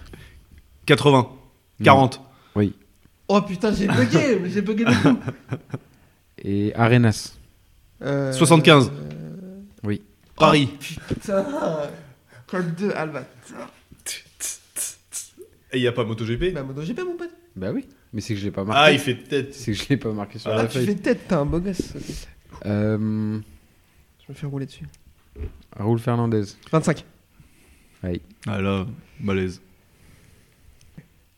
Speaker 2: 80.
Speaker 3: Non.
Speaker 2: 40.
Speaker 1: Oh putain, j'ai bugué, j'ai bugué de tout.
Speaker 3: Et Arenas.
Speaker 1: Euh,
Speaker 2: 75.
Speaker 1: euh,
Speaker 2: Paris.
Speaker 1: putain. Code 2, Albat.
Speaker 2: Et il n'y a pas MotoGP
Speaker 1: Bah, MotoGP, mon pote.
Speaker 3: Bah oui. Mais c'est que je l'ai pas marqué.
Speaker 2: Ah, il fait tête.
Speaker 3: C'est que je l'ai pas marqué sur
Speaker 2: Ah,
Speaker 1: Ah,
Speaker 3: la
Speaker 1: tu
Speaker 3: feuille.
Speaker 1: fais tête, t'es un beau gosse. Ok,
Speaker 3: Euh,
Speaker 1: Je me fais rouler dessus.
Speaker 3: Raoul Fernandez.
Speaker 1: 25.
Speaker 2: Ah là, malaise.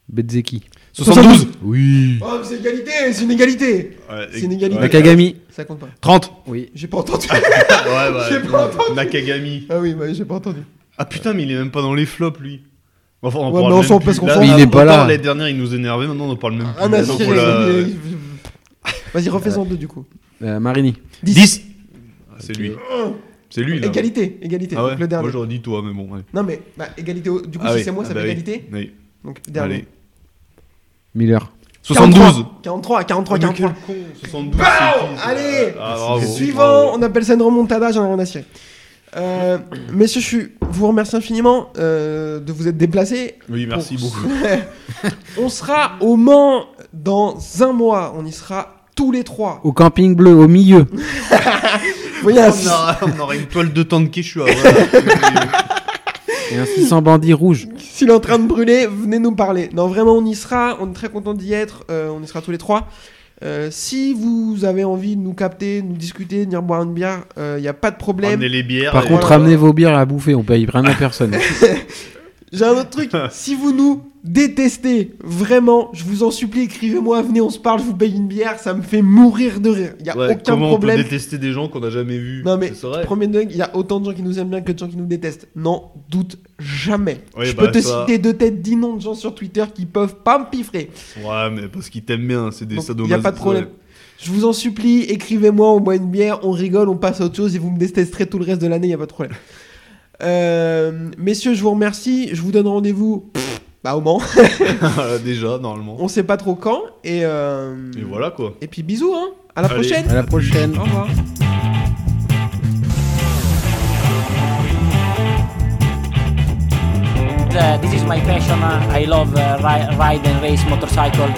Speaker 3: Bezzeki.
Speaker 2: 72
Speaker 3: Oui.
Speaker 1: Oh, mais c'est égalité, c'est une égalité.
Speaker 2: Ouais,
Speaker 1: C'est une égalité.
Speaker 3: Nakagami.
Speaker 1: Ça compte pas.
Speaker 2: 30
Speaker 3: Oui.
Speaker 1: J'ai pas entendu.
Speaker 2: Ouais, ouais. Mm.
Speaker 1: J'ai pas entendu.
Speaker 2: Nakagami.
Speaker 1: ah oui, bah, j'ai pas entendu.
Speaker 2: Ah putain, mais il est même pas dans les flops, lui. Enfin, on
Speaker 1: Ouais,
Speaker 2: parle
Speaker 1: mais on
Speaker 2: même
Speaker 1: s'en-
Speaker 2: plus
Speaker 1: parce qu'on
Speaker 2: de la-
Speaker 1: s'en-
Speaker 3: Mais il est
Speaker 2: autant
Speaker 3: pas là.
Speaker 2: L'année dernière, il nous énervait, maintenant on en parle même plus. euh,
Speaker 1: Un
Speaker 2: Maintenant,
Speaker 1: acier.
Speaker 2: pour la-
Speaker 1: Vas-y, refais-en deux du coup.
Speaker 3: Euh, Marini.
Speaker 2: 10 Ah, C'est lui. C'est lui, là.
Speaker 1: Égalité, égalité.
Speaker 2: Ah ouais
Speaker 1: donc le dernier.
Speaker 2: Moi j'aurais dit toi, mais bon. Ouais.
Speaker 1: Non mais bah, égalité. au- Du coup,
Speaker 2: Ah
Speaker 1: si
Speaker 2: oui.
Speaker 1: c'est moi, ça
Speaker 2: Ah bah
Speaker 1: fait
Speaker 2: oui.
Speaker 1: égalité.
Speaker 2: Oui.
Speaker 1: Donc dernier.
Speaker 2: Allez.
Speaker 3: Miller.
Speaker 2: 72
Speaker 1: 43, 43, 43.
Speaker 2: Mais quel con 72
Speaker 1: Bam
Speaker 2: c'est
Speaker 1: Bah,
Speaker 2: qui, ça
Speaker 1: oh, Allez
Speaker 2: Ah, bravo,
Speaker 1: Suivant,
Speaker 2: bravo.
Speaker 1: on appelle ça une remontada, j'en ai rien à cirer. Euh, messieurs, je suis- vous remercie infiniment euh, de vous être déplacés.
Speaker 2: Oui, merci
Speaker 1: Pour-
Speaker 2: beaucoup.
Speaker 1: on sera au Mans dans un mois. On y sera tous les trois.
Speaker 3: Au camping bleu, au milieu.
Speaker 1: Vous voyez, un-
Speaker 2: On aura- on aurait une toile de temps de Quechua. voilà.
Speaker 3: Et un 600 bandits rouges.
Speaker 1: s'il est en train de brûler, venez nous parler. Non, vraiment, on y sera. On est très content d'y être. euh, on y sera tous les trois. Euh, si vous avez envie de nous capter, de nous discuter, de venir boire une bière, il n'y a pas de problème.
Speaker 2: Ramenez les bières.
Speaker 3: Par
Speaker 2: et-
Speaker 3: contre,
Speaker 1: voilà.
Speaker 3: amenez vos bières à bouffer, on paye rien à personne.
Speaker 1: J'ai un autre truc. si vous nous détestez, vraiment, je vous en supplie, écrivez-moi, venez, on se parle, je vous paye une bière, ça me fait mourir de rire. Il n'y a
Speaker 2: Ouais,
Speaker 1: aucun
Speaker 2: comment on peut
Speaker 1: problème.
Speaker 2: détester des gens qu'on n'a jamais vus
Speaker 1: Non, mais
Speaker 2: C'est vrai.
Speaker 1: Premier dingue, il y a autant de gens qui nous aiment bien que de gens qui nous détestent. N'en doute jamais.
Speaker 2: Oui,
Speaker 1: je
Speaker 2: bah,
Speaker 1: peux te
Speaker 2: ça-
Speaker 1: citer de tête 10 noms de gens sur Twitter qui peuvent pas me piffrer.
Speaker 2: Ouais, mais parce qu'ils t'aiment bien, c'est des
Speaker 1: Il
Speaker 2: sadomas.
Speaker 1: n'y a pas de problème.
Speaker 2: ouais.
Speaker 1: Je vous en supplie, écrivez-moi, on boit une bière, on rigole, on passe à autre chose et vous me détesterez tout le reste de l'année, il n'y a pas de problème. Euh, messieurs, je vous remercie, je vous donne rendez-vous pff, bah, au Mans.
Speaker 2: Voilà, Déjà, normalement.
Speaker 1: On sait pas trop quand. Et, euh,
Speaker 2: Et voilà quoi.
Speaker 1: Et puis bisous, hein. À la
Speaker 2: Allez.
Speaker 1: prochaine.
Speaker 3: à la prochaine.
Speaker 1: Au revoir.
Speaker 4: Uh, this is my passion. Uh, I love uh, ri- ride and race motorcycle.